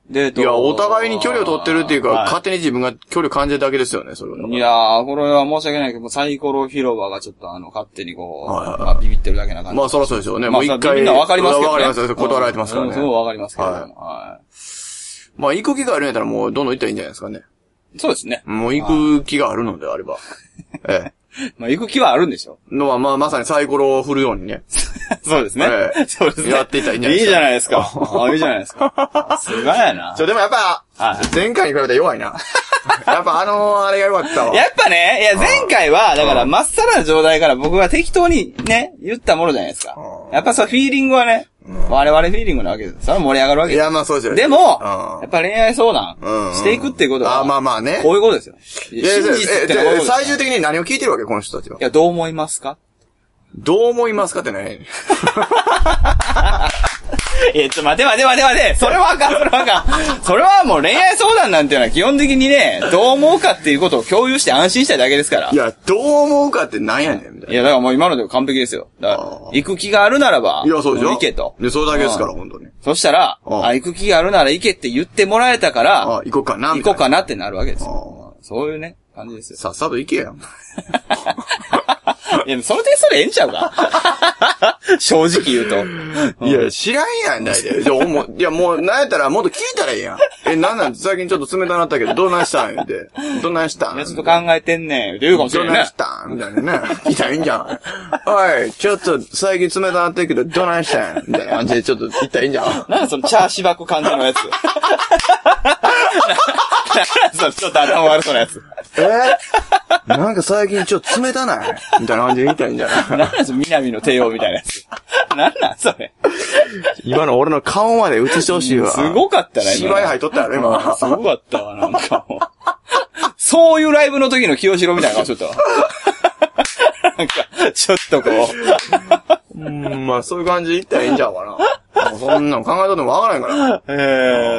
[SPEAKER 2] デート
[SPEAKER 1] いや、お互いに距離を取ってるっていうか、
[SPEAKER 2] はい
[SPEAKER 1] 勝手に自分が距離を感じるだけですよね、それは。
[SPEAKER 2] いやー、これは申し訳ないけど、もうサイコロ広場がちょっとあの、勝手にこう、
[SPEAKER 1] はいはいはい
[SPEAKER 2] まあ、ビビってるだけな感じ。
[SPEAKER 1] まあそらそうですよね。
[SPEAKER 2] ま
[SPEAKER 1] も
[SPEAKER 2] あ
[SPEAKER 1] う一
[SPEAKER 2] さ
[SPEAKER 1] 回。
[SPEAKER 2] みんなわかりますけど、ね。
[SPEAKER 1] わかります断られてますから
[SPEAKER 2] うん
[SPEAKER 1] ね。
[SPEAKER 2] そうわかりますけども、
[SPEAKER 1] はい
[SPEAKER 2] は
[SPEAKER 1] まあ行く気があるんやったらもうどんどん行ったらいいんじゃないですかね。
[SPEAKER 2] い。そうですね。
[SPEAKER 1] もう行く気があるのであれば。ええ。
[SPEAKER 2] まあ、行く気はあるんでしょ
[SPEAKER 1] のはまあまさにサイコロを振るようにね。
[SPEAKER 2] (laughs) そうですね。
[SPEAKER 1] ええ
[SPEAKER 2] そうですね。
[SPEAKER 1] やっていったらいいんじゃない
[SPEAKER 2] い
[SPEAKER 1] ですか
[SPEAKER 2] じゃないですか。あいいじゃないですか。すがやな
[SPEAKER 1] ち。ょ、でもやっぱ
[SPEAKER 2] はい、
[SPEAKER 1] 前回に比べて弱い
[SPEAKER 2] (laughs)
[SPEAKER 1] な。やっぱあのー、あれが弱かったわ。
[SPEAKER 2] やっぱね、いや前回は、だからまっさらな状態から僕が適当にね、言ったものじゃないですか
[SPEAKER 1] う。ん
[SPEAKER 2] やっぱそうフィーリングはね、我々フィーリングなわけです。それは盛り上がるわ
[SPEAKER 1] い
[SPEAKER 2] けです。
[SPEAKER 1] や、まあそうですよね。
[SPEAKER 2] でも、
[SPEAKER 1] うん
[SPEAKER 2] やっぱ恋愛相談
[SPEAKER 1] うんうん
[SPEAKER 2] していくっていうことは、
[SPEAKER 1] あまあまあね
[SPEAKER 2] こういうことですよ。
[SPEAKER 1] い
[SPEAKER 2] い
[SPEAKER 1] や
[SPEAKER 2] や
[SPEAKER 1] いや
[SPEAKER 2] 真
[SPEAKER 1] い
[SPEAKER 2] 実
[SPEAKER 1] や
[SPEAKER 2] っ
[SPEAKER 1] い
[SPEAKER 2] てのはこう
[SPEAKER 1] や
[SPEAKER 2] いうことです。
[SPEAKER 1] 最終的に何を聞いてるわけ、この人たちはい
[SPEAKER 2] や、どう思いますか
[SPEAKER 1] どう思いますかってね。
[SPEAKER 2] (laughs) いや、ちょ、待て待て待て待てそれはあかん、それはあかん。それはもう恋愛相談なんていうのは基本的にね、どう思うかっていうことを共有して安心したいだけですから。
[SPEAKER 1] いや、どう思うかってなんやねん、みたい
[SPEAKER 2] い
[SPEAKER 1] な。
[SPEAKER 2] や、だからもう今ので完璧ですよ。だから
[SPEAKER 1] あー、
[SPEAKER 2] 行く気があるならば、
[SPEAKER 1] いや、そうでしょ
[SPEAKER 2] 行けと。
[SPEAKER 1] で、それだけですから、本当に。
[SPEAKER 2] そしたら、
[SPEAKER 1] うん
[SPEAKER 2] あ、行く気があるなら行けって言ってもらえたから、
[SPEAKER 1] あ、行こうかな、
[SPEAKER 2] 行
[SPEAKER 1] みた
[SPEAKER 2] こ
[SPEAKER 1] いうな。
[SPEAKER 2] かなってなるわけです
[SPEAKER 1] あ
[SPEAKER 2] よ。そういうね、感じですよ。 (laughs)
[SPEAKER 1] さっさと行けや。
[SPEAKER 2] いや、その点それええんちゃうか (laughs) 正直言うと。
[SPEAKER 1] いや、知らんやん、大体。
[SPEAKER 2] (laughs)
[SPEAKER 1] じゃあ、おもいや、もう、なんやったら、もっと聞いたらいいやん。え、なんなん最近ちょっと冷たなったけど、どうなんしたん言うて。どうなんしたん
[SPEAKER 2] いや、ちょっと考えてんねん。言うかもし
[SPEAKER 1] ど
[SPEAKER 2] れ
[SPEAKER 1] う
[SPEAKER 2] な
[SPEAKER 1] なん
[SPEAKER 2] いね
[SPEAKER 1] し。たんみたいなね。聞いたらいいんじゃん。おい、ちょっと最近冷たなったけど、どうなんしたんみたいな感じで、ちょっと言ったらいいんじゃん。
[SPEAKER 2] なんでそのチャーしばく感じのやつ。ななんでそのちょっと頭悪そうなやつ。
[SPEAKER 1] えなんか最近ちょっと冷たないみたいな感じで言ったらいいんじゃない
[SPEAKER 2] なんなんその南の帝王みたいなやつ。なんなんそれ。
[SPEAKER 1] 今の俺の顔まで映してほしいわ。
[SPEAKER 2] すごかったね。今
[SPEAKER 1] 芝居入っとったよね、
[SPEAKER 2] (laughs)
[SPEAKER 1] 今。
[SPEAKER 2] すごかったわ、なんかもう。そういうライブの時の清志郎みたいな顔しとったわ。なんか、ちょっとこ
[SPEAKER 1] うん、まあそういう感じで言ったらいいんちゃうかな。もうそんなの考えとってもわからないから。
[SPEAKER 2] う、え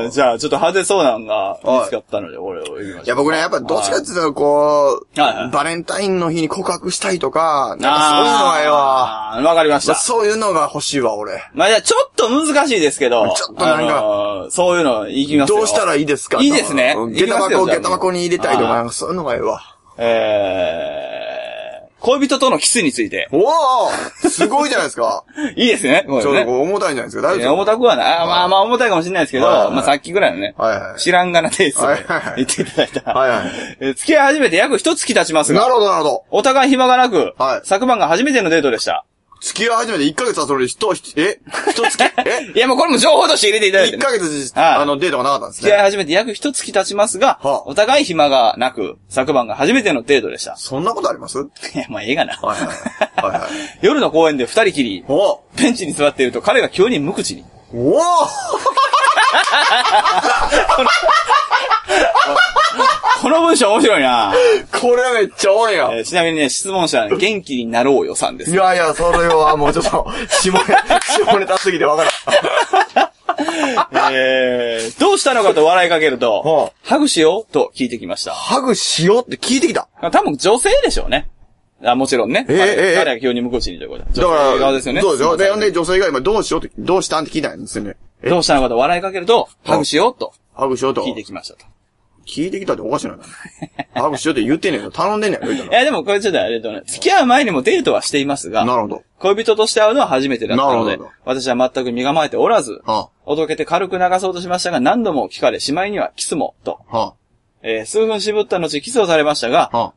[SPEAKER 2] ー、じゃあちょっと派手そうなんが見つかったので、俺を言いま
[SPEAKER 1] い
[SPEAKER 2] し
[SPEAKER 1] や、
[SPEAKER 2] ょう。
[SPEAKER 1] 僕ね、やっぱどっちかっていうと、こう、
[SPEAKER 2] はいはい
[SPEAKER 1] バレンタインの日に告白したいとか、なんかそういうのがええわ。
[SPEAKER 2] あーわかりまし
[SPEAKER 1] ま
[SPEAKER 2] た
[SPEAKER 1] あ。そういうのが欲しいわ、俺。
[SPEAKER 2] まあじゃあちょっと難しいですけど、
[SPEAKER 1] ちょっとなんか
[SPEAKER 2] あのーそういうのいきますよ。
[SPEAKER 1] どうしたらいいですか
[SPEAKER 2] いいですね
[SPEAKER 1] うん
[SPEAKER 2] いき
[SPEAKER 1] 下駄
[SPEAKER 2] ますよ
[SPEAKER 1] 箱、
[SPEAKER 2] じゃあ
[SPEAKER 1] 下駄箱に入れたいと
[SPEAKER 2] は
[SPEAKER 1] か、
[SPEAKER 2] い
[SPEAKER 1] なんかそういうのがええわ。
[SPEAKER 2] えー、恋人とのキスについて。
[SPEAKER 1] おおすごいじゃないです
[SPEAKER 2] (laughs)
[SPEAKER 1] か。
[SPEAKER 2] いいですね。これ
[SPEAKER 1] ちょっ
[SPEAKER 2] ね
[SPEAKER 1] とこう重たいんじゃないですか。大
[SPEAKER 2] い
[SPEAKER 1] 丈
[SPEAKER 2] や
[SPEAKER 1] 夫
[SPEAKER 2] 重たくはない。あーまあまあ重たいかもしれないですけど、
[SPEAKER 1] はいはいはい
[SPEAKER 2] まあさっきぐらいのね、
[SPEAKER 1] はいはい
[SPEAKER 2] 知らんがなテイスト
[SPEAKER 1] は
[SPEAKER 2] で
[SPEAKER 1] いはいはい
[SPEAKER 2] 言っていただいた。
[SPEAKER 1] はいはい
[SPEAKER 2] えー付き合い始めて約一月経ちます
[SPEAKER 1] な
[SPEAKER 2] が、
[SPEAKER 1] るほど、なるほど。
[SPEAKER 2] お互い暇がなく、
[SPEAKER 1] はい
[SPEAKER 2] 昨晩が初めてのデートでした。
[SPEAKER 1] 付き合い始めて1ヶ月はそれで人、ひえ一月
[SPEAKER 2] (laughs)
[SPEAKER 1] え
[SPEAKER 2] いやもうこれも情報として入れていただいて、
[SPEAKER 1] 一
[SPEAKER 2] ね
[SPEAKER 1] ヶ。月、
[SPEAKER 2] はい
[SPEAKER 1] あの、デートがなかったんです
[SPEAKER 2] 付き合い
[SPEAKER 1] ね。
[SPEAKER 2] 始めて約一月経ちますが、
[SPEAKER 1] はあ
[SPEAKER 2] お互い暇がなく、昨晩が初めてのデートでした。 (laughs)
[SPEAKER 1] そんなことありますはい
[SPEAKER 2] いや、まあええがな。
[SPEAKER 1] はいはい。はいはい。
[SPEAKER 2] 夜の公園で二人きり、
[SPEAKER 1] お
[SPEAKER 2] ベンチに座っていると彼が急に無口に。
[SPEAKER 1] お
[SPEAKER 2] この文章面白いな、
[SPEAKER 1] これめっちゃおるやん
[SPEAKER 2] え。ーちなみにね、質問者はね元気になろうよさんです
[SPEAKER 1] い。やいや、それはもうちょっと、下ネ、下ネタすぎてわからん。
[SPEAKER 2] えー、どうしたのかと笑いかける
[SPEAKER 1] (laughs) は
[SPEAKER 2] と、ハグしようと聞いてきました。
[SPEAKER 1] ハグしようって聞いてきた。
[SPEAKER 2] 多分女性でしょうね。あもちろんね。
[SPEAKER 1] えー
[SPEAKER 2] 彼
[SPEAKER 1] えー
[SPEAKER 2] 彼は急に無口にということで。
[SPEAKER 1] だから、
[SPEAKER 2] 女性側ですよね。
[SPEAKER 1] そうですよ。
[SPEAKER 2] すい
[SPEAKER 1] で、
[SPEAKER 2] ま
[SPEAKER 1] ほん
[SPEAKER 2] せん
[SPEAKER 1] で女性が今どうしようって、どうしたんって聞いたんですよね。え
[SPEAKER 2] どうしたのかと笑いかけると、ハグしようと
[SPEAKER 1] ハグしようと。
[SPEAKER 2] 聞いてきましたと。
[SPEAKER 1] 聞いてきたっておかしいな。ハグしようって言ってんねんよ。頼んでんねんよ。言う
[SPEAKER 2] い
[SPEAKER 1] たら
[SPEAKER 2] や、でもこれちょっとあれだね。付き合う前にもデートはしていますが、
[SPEAKER 1] なるほど。
[SPEAKER 2] 恋人として会うのは初めてだったの
[SPEAKER 1] なる
[SPEAKER 2] で
[SPEAKER 1] ほど、
[SPEAKER 2] 私は全く身構えておらず、
[SPEAKER 1] は
[SPEAKER 2] おどけて軽く流そうとしましたが、何度も聞かれ、しまいにはキスも、と。
[SPEAKER 1] あ、は
[SPEAKER 2] えー数分渋った後、キスをされましたが
[SPEAKER 1] あ、、は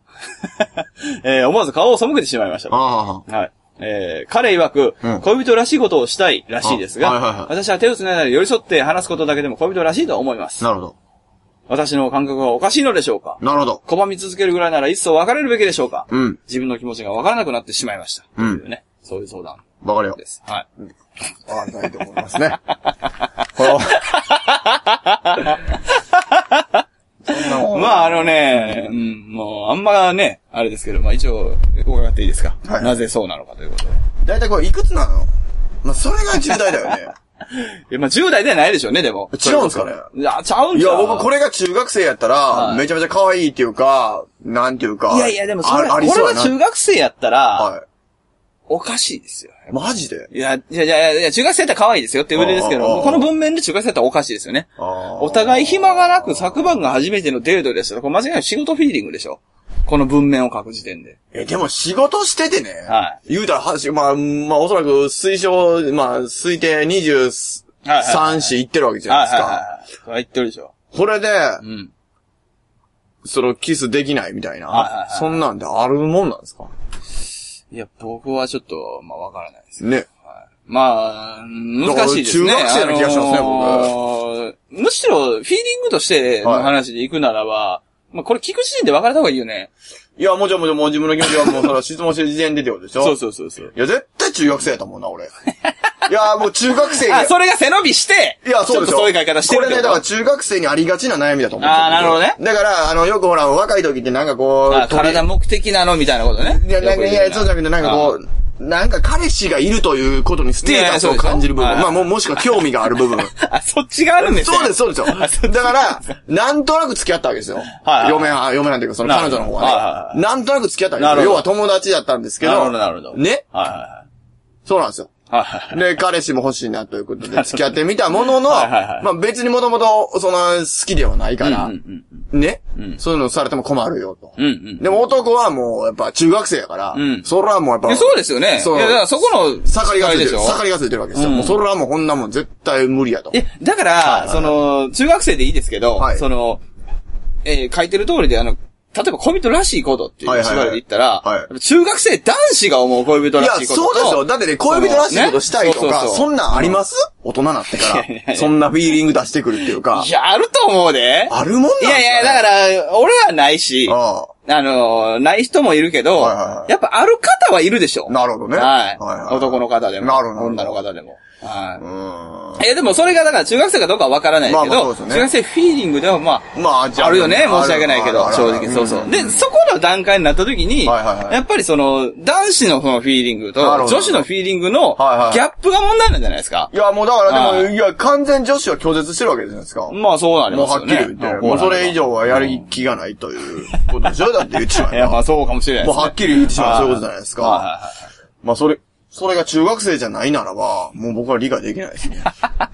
[SPEAKER 2] (laughs) えー思わず顔を背けてしまいました
[SPEAKER 1] あ、。は
[SPEAKER 2] はい。えー、彼曰く、
[SPEAKER 1] うん
[SPEAKER 2] 恋人らしいことをしたいらしいですが、
[SPEAKER 1] あはいはいはい
[SPEAKER 2] 私は手をつないだり寄り添って話すことだけでも恋人らしいと思いま
[SPEAKER 1] あ、
[SPEAKER 2] す。
[SPEAKER 1] なるほど。
[SPEAKER 2] 私の感覚はおかしいのでしょうか
[SPEAKER 1] なるほど。
[SPEAKER 2] 拒み続けるぐらいならいっそ別れるべきでしょうか
[SPEAKER 1] うん。
[SPEAKER 2] 自分の気持ちが分からなくなってしまいました。
[SPEAKER 1] うん
[SPEAKER 2] というね。そういう相談
[SPEAKER 1] わかるよ
[SPEAKER 2] で。す。はい。
[SPEAKER 1] わかりたいと思いますね。これをそんなもん
[SPEAKER 2] まああのね、うん、もうあんまね、あれですけど、まあ一応伺っていいですか、
[SPEAKER 1] はい
[SPEAKER 2] なぜそうなのかということで。
[SPEAKER 1] 大体これいくつなのまあ、それが重大だよ
[SPEAKER 2] (laughs)
[SPEAKER 1] ね。
[SPEAKER 2] いや、まあ10代ではないでしょうね、でも。
[SPEAKER 1] 違うんすかね
[SPEAKER 2] いや、ちゃうん
[SPEAKER 1] い
[SPEAKER 2] ちゃ
[SPEAKER 1] や、
[SPEAKER 2] う
[SPEAKER 1] 僕これが中学生やったら、
[SPEAKER 2] い
[SPEAKER 1] めちゃめちゃ可愛いっていうか、なんていうか。
[SPEAKER 2] いやいや、でもそれ、
[SPEAKER 1] あ
[SPEAKER 2] こ
[SPEAKER 1] あり
[SPEAKER 2] れ
[SPEAKER 1] そうや
[SPEAKER 2] が
[SPEAKER 1] な。
[SPEAKER 2] 中学生やったら、
[SPEAKER 1] は
[SPEAKER 2] おかしいですよ。
[SPEAKER 1] い。マジで
[SPEAKER 2] いや、いやいやいや、中学生やったら可愛いですよって言われですけ
[SPEAKER 1] あああ
[SPEAKER 2] ど、
[SPEAKER 1] あ
[SPEAKER 2] この文面で中学生やったらおかしいですよね。お
[SPEAKER 1] お
[SPEAKER 2] 互い
[SPEAKER 1] ひ
[SPEAKER 2] 暇がなく昨晩が初めてのデートですよ。これ間違いなく仕事フィーリングでしょ。この文面を書く時点で。
[SPEAKER 1] え、でも仕事しててね。
[SPEAKER 2] は
[SPEAKER 1] 言うたら、はし、まあ、まあ、おそらく推奨、まあ、推定23、
[SPEAKER 2] はいはいはい
[SPEAKER 1] 4行ってるわけじゃない
[SPEAKER 2] はい
[SPEAKER 1] です
[SPEAKER 2] はい
[SPEAKER 1] か。
[SPEAKER 2] はい。それは言ってるでしょ。
[SPEAKER 1] これで、
[SPEAKER 2] うん。
[SPEAKER 1] そのキスできないみたい
[SPEAKER 2] はいはい
[SPEAKER 1] な。
[SPEAKER 2] はい
[SPEAKER 1] そんなんであるもんなんですか
[SPEAKER 2] いや、僕はちょっと、まあ、わからないです。
[SPEAKER 1] ね。
[SPEAKER 2] まあ、難しいですね。
[SPEAKER 1] 中学生な気がしますね
[SPEAKER 2] あのーむしろ、フィーリングとしての話で行くならば、まあ、これ聞く時点で別れた方がいいよね。
[SPEAKER 1] いや、もちろんもちろん、もう自分の気持ちはもう、その質問してる時点でってことでしょ
[SPEAKER 2] そうそうそうそう。
[SPEAKER 1] いや、絶対中学生やと思うな、 (laughs) 俺。いや、もう中学 (laughs) 生が
[SPEAKER 2] あ、それが背伸びして、
[SPEAKER 1] いや、そうです
[SPEAKER 2] ちょ
[SPEAKER 1] よ。
[SPEAKER 2] っとそういう書き方してる
[SPEAKER 1] こ
[SPEAKER 2] って
[SPEAKER 1] れね、
[SPEAKER 2] こ
[SPEAKER 1] だ
[SPEAKER 2] と
[SPEAKER 1] から中学生にありがちな悩みだと思うんですよ。
[SPEAKER 2] あーなるほどね
[SPEAKER 1] だから、あの、よくほら、若い時ってなんかこ
[SPEAKER 2] あ
[SPEAKER 1] う、取り
[SPEAKER 2] 体目的なのみたいなことね。
[SPEAKER 1] いや、なんか、いや、そうじゃなくて、なんかこ
[SPEAKER 2] う。
[SPEAKER 1] う、なんか彼氏がいるということにステータスを感じる部
[SPEAKER 2] いや
[SPEAKER 1] 分。
[SPEAKER 2] いや
[SPEAKER 1] ま
[SPEAKER 2] そ
[SPEAKER 1] あ、
[SPEAKER 2] う
[SPEAKER 1] もう、もしくは興味がある (laughs) 部分。
[SPEAKER 2] あ、そっちがあるんですね
[SPEAKER 1] そうです、そうです
[SPEAKER 2] あそ
[SPEAKER 1] よ。
[SPEAKER 2] っち
[SPEAKER 1] だから、なんとなく付き合ったわけですよ。
[SPEAKER 2] はいはい
[SPEAKER 1] 嫁は、嫁なんていうか、その彼女の方
[SPEAKER 2] なるほどはい
[SPEAKER 1] は
[SPEAKER 2] はいは
[SPEAKER 1] ね。なんとなく付き合ったわけで
[SPEAKER 2] な
[SPEAKER 1] す
[SPEAKER 2] る
[SPEAKER 1] よ。
[SPEAKER 2] ほ
[SPEAKER 1] 要
[SPEAKER 2] ど
[SPEAKER 1] は友達だったんですけど。
[SPEAKER 2] なるほどなるほど
[SPEAKER 1] ね。
[SPEAKER 2] はいは
[SPEAKER 1] そうなんですよ。
[SPEAKER 2] いはい。はいはい。
[SPEAKER 1] で、彼氏も欲しいなということで付き合ってみたものの、
[SPEAKER 2] はいはいはい
[SPEAKER 1] まあ別にもともと、その、好きではないから、
[SPEAKER 2] うんうん
[SPEAKER 1] ね、
[SPEAKER 2] ん
[SPEAKER 1] そういうのされても困るよと。
[SPEAKER 2] うんうん
[SPEAKER 1] でも男はもう、やっぱ中学生やから、
[SPEAKER 2] うん
[SPEAKER 1] それはもうやっ
[SPEAKER 2] い
[SPEAKER 1] ぱ、
[SPEAKER 2] やそうですよね。
[SPEAKER 1] そう
[SPEAKER 2] いや、だからそこの、
[SPEAKER 1] 盛りがつい
[SPEAKER 2] 違
[SPEAKER 1] て
[SPEAKER 2] いで
[SPEAKER 1] る。
[SPEAKER 2] しょ
[SPEAKER 1] 盛りがついてるわけですよ。
[SPEAKER 2] うん
[SPEAKER 1] もうそれはもうこんなもん絶対無理やと。
[SPEAKER 2] え、だから、
[SPEAKER 1] いはい
[SPEAKER 2] その、中学生でいいですけど、
[SPEAKER 1] はい
[SPEAKER 2] その、えー書いてる通りで、あの、例えば恋人らしいことって
[SPEAKER 1] はい
[SPEAKER 2] いう
[SPEAKER 1] はいはい
[SPEAKER 2] 縛りで言ったら、
[SPEAKER 1] はい
[SPEAKER 2] やっぱ中学生男子が思う恋人
[SPEAKER 1] い
[SPEAKER 2] ら
[SPEAKER 1] や、
[SPEAKER 2] しいこと
[SPEAKER 1] そう
[SPEAKER 2] と
[SPEAKER 1] ですよ。だってね、恋人らしいことしたいと
[SPEAKER 2] そのね
[SPEAKER 1] か、
[SPEAKER 2] そうそうそう
[SPEAKER 1] そんなんあります、大人になってか
[SPEAKER 2] (laughs) いやいやいや
[SPEAKER 1] ら、そんなフィーリング出してくるっていうか
[SPEAKER 2] い、や、あると思うで。
[SPEAKER 1] あるもんなんです
[SPEAKER 2] い
[SPEAKER 1] よ、ね。
[SPEAKER 2] やい
[SPEAKER 1] ら、
[SPEAKER 2] や、だから、俺はないし、あ
[SPEAKER 1] あ
[SPEAKER 2] のー、ない人もいるけど、
[SPEAKER 1] はいはいはい
[SPEAKER 2] やっぱある方はいるでしょ
[SPEAKER 1] あ。。なるほどね。
[SPEAKER 2] はい。男
[SPEAKER 1] の。
[SPEAKER 2] の方でも。
[SPEAKER 1] なるほど
[SPEAKER 2] 女の方でも。は
[SPEAKER 1] う
[SPEAKER 2] い。
[SPEAKER 1] ーん。
[SPEAKER 2] え、でもそれがだから中学生かどうかはわからないけ
[SPEAKER 1] まあ
[SPEAKER 2] ど、
[SPEAKER 1] まあそうですよね
[SPEAKER 2] 中学生フィーリングではまあ、
[SPEAKER 1] まあ、じゃ
[SPEAKER 2] あるよね、申し訳ないけど
[SPEAKER 1] あ、る
[SPEAKER 2] 正直、そうそう。で、そこの段階になった時に、
[SPEAKER 1] はいはいはい
[SPEAKER 2] やっぱりその、男子のそのフィーリングと、
[SPEAKER 1] なるほど
[SPEAKER 2] 女子のフィーリングの、ギ
[SPEAKER 1] はいはい
[SPEAKER 2] ャップが問題なんじゃないですか
[SPEAKER 1] い。や、もうだからでも、
[SPEAKER 2] はい
[SPEAKER 1] や、完全女子は拒絶してるわけじゃないですか。
[SPEAKER 2] まあそうなり
[SPEAKER 1] も
[SPEAKER 2] ま
[SPEAKER 1] う
[SPEAKER 2] す
[SPEAKER 1] はっ
[SPEAKER 2] よ
[SPEAKER 1] きり
[SPEAKER 2] ね。
[SPEAKER 1] 言って、もうそれ以上はやる気がないということでしょだって言ってしま
[SPEAKER 2] いや、ま
[SPEAKER 1] う。
[SPEAKER 2] あそうかもしれない
[SPEAKER 1] も
[SPEAKER 2] で
[SPEAKER 1] う
[SPEAKER 2] すね。
[SPEAKER 1] はっきり言ってしまう、そういうことじゃないです
[SPEAKER 2] はいはい
[SPEAKER 1] か。
[SPEAKER 2] はい
[SPEAKER 1] まあそれ、それが中学生じゃないならば、もう僕は理解できないですね。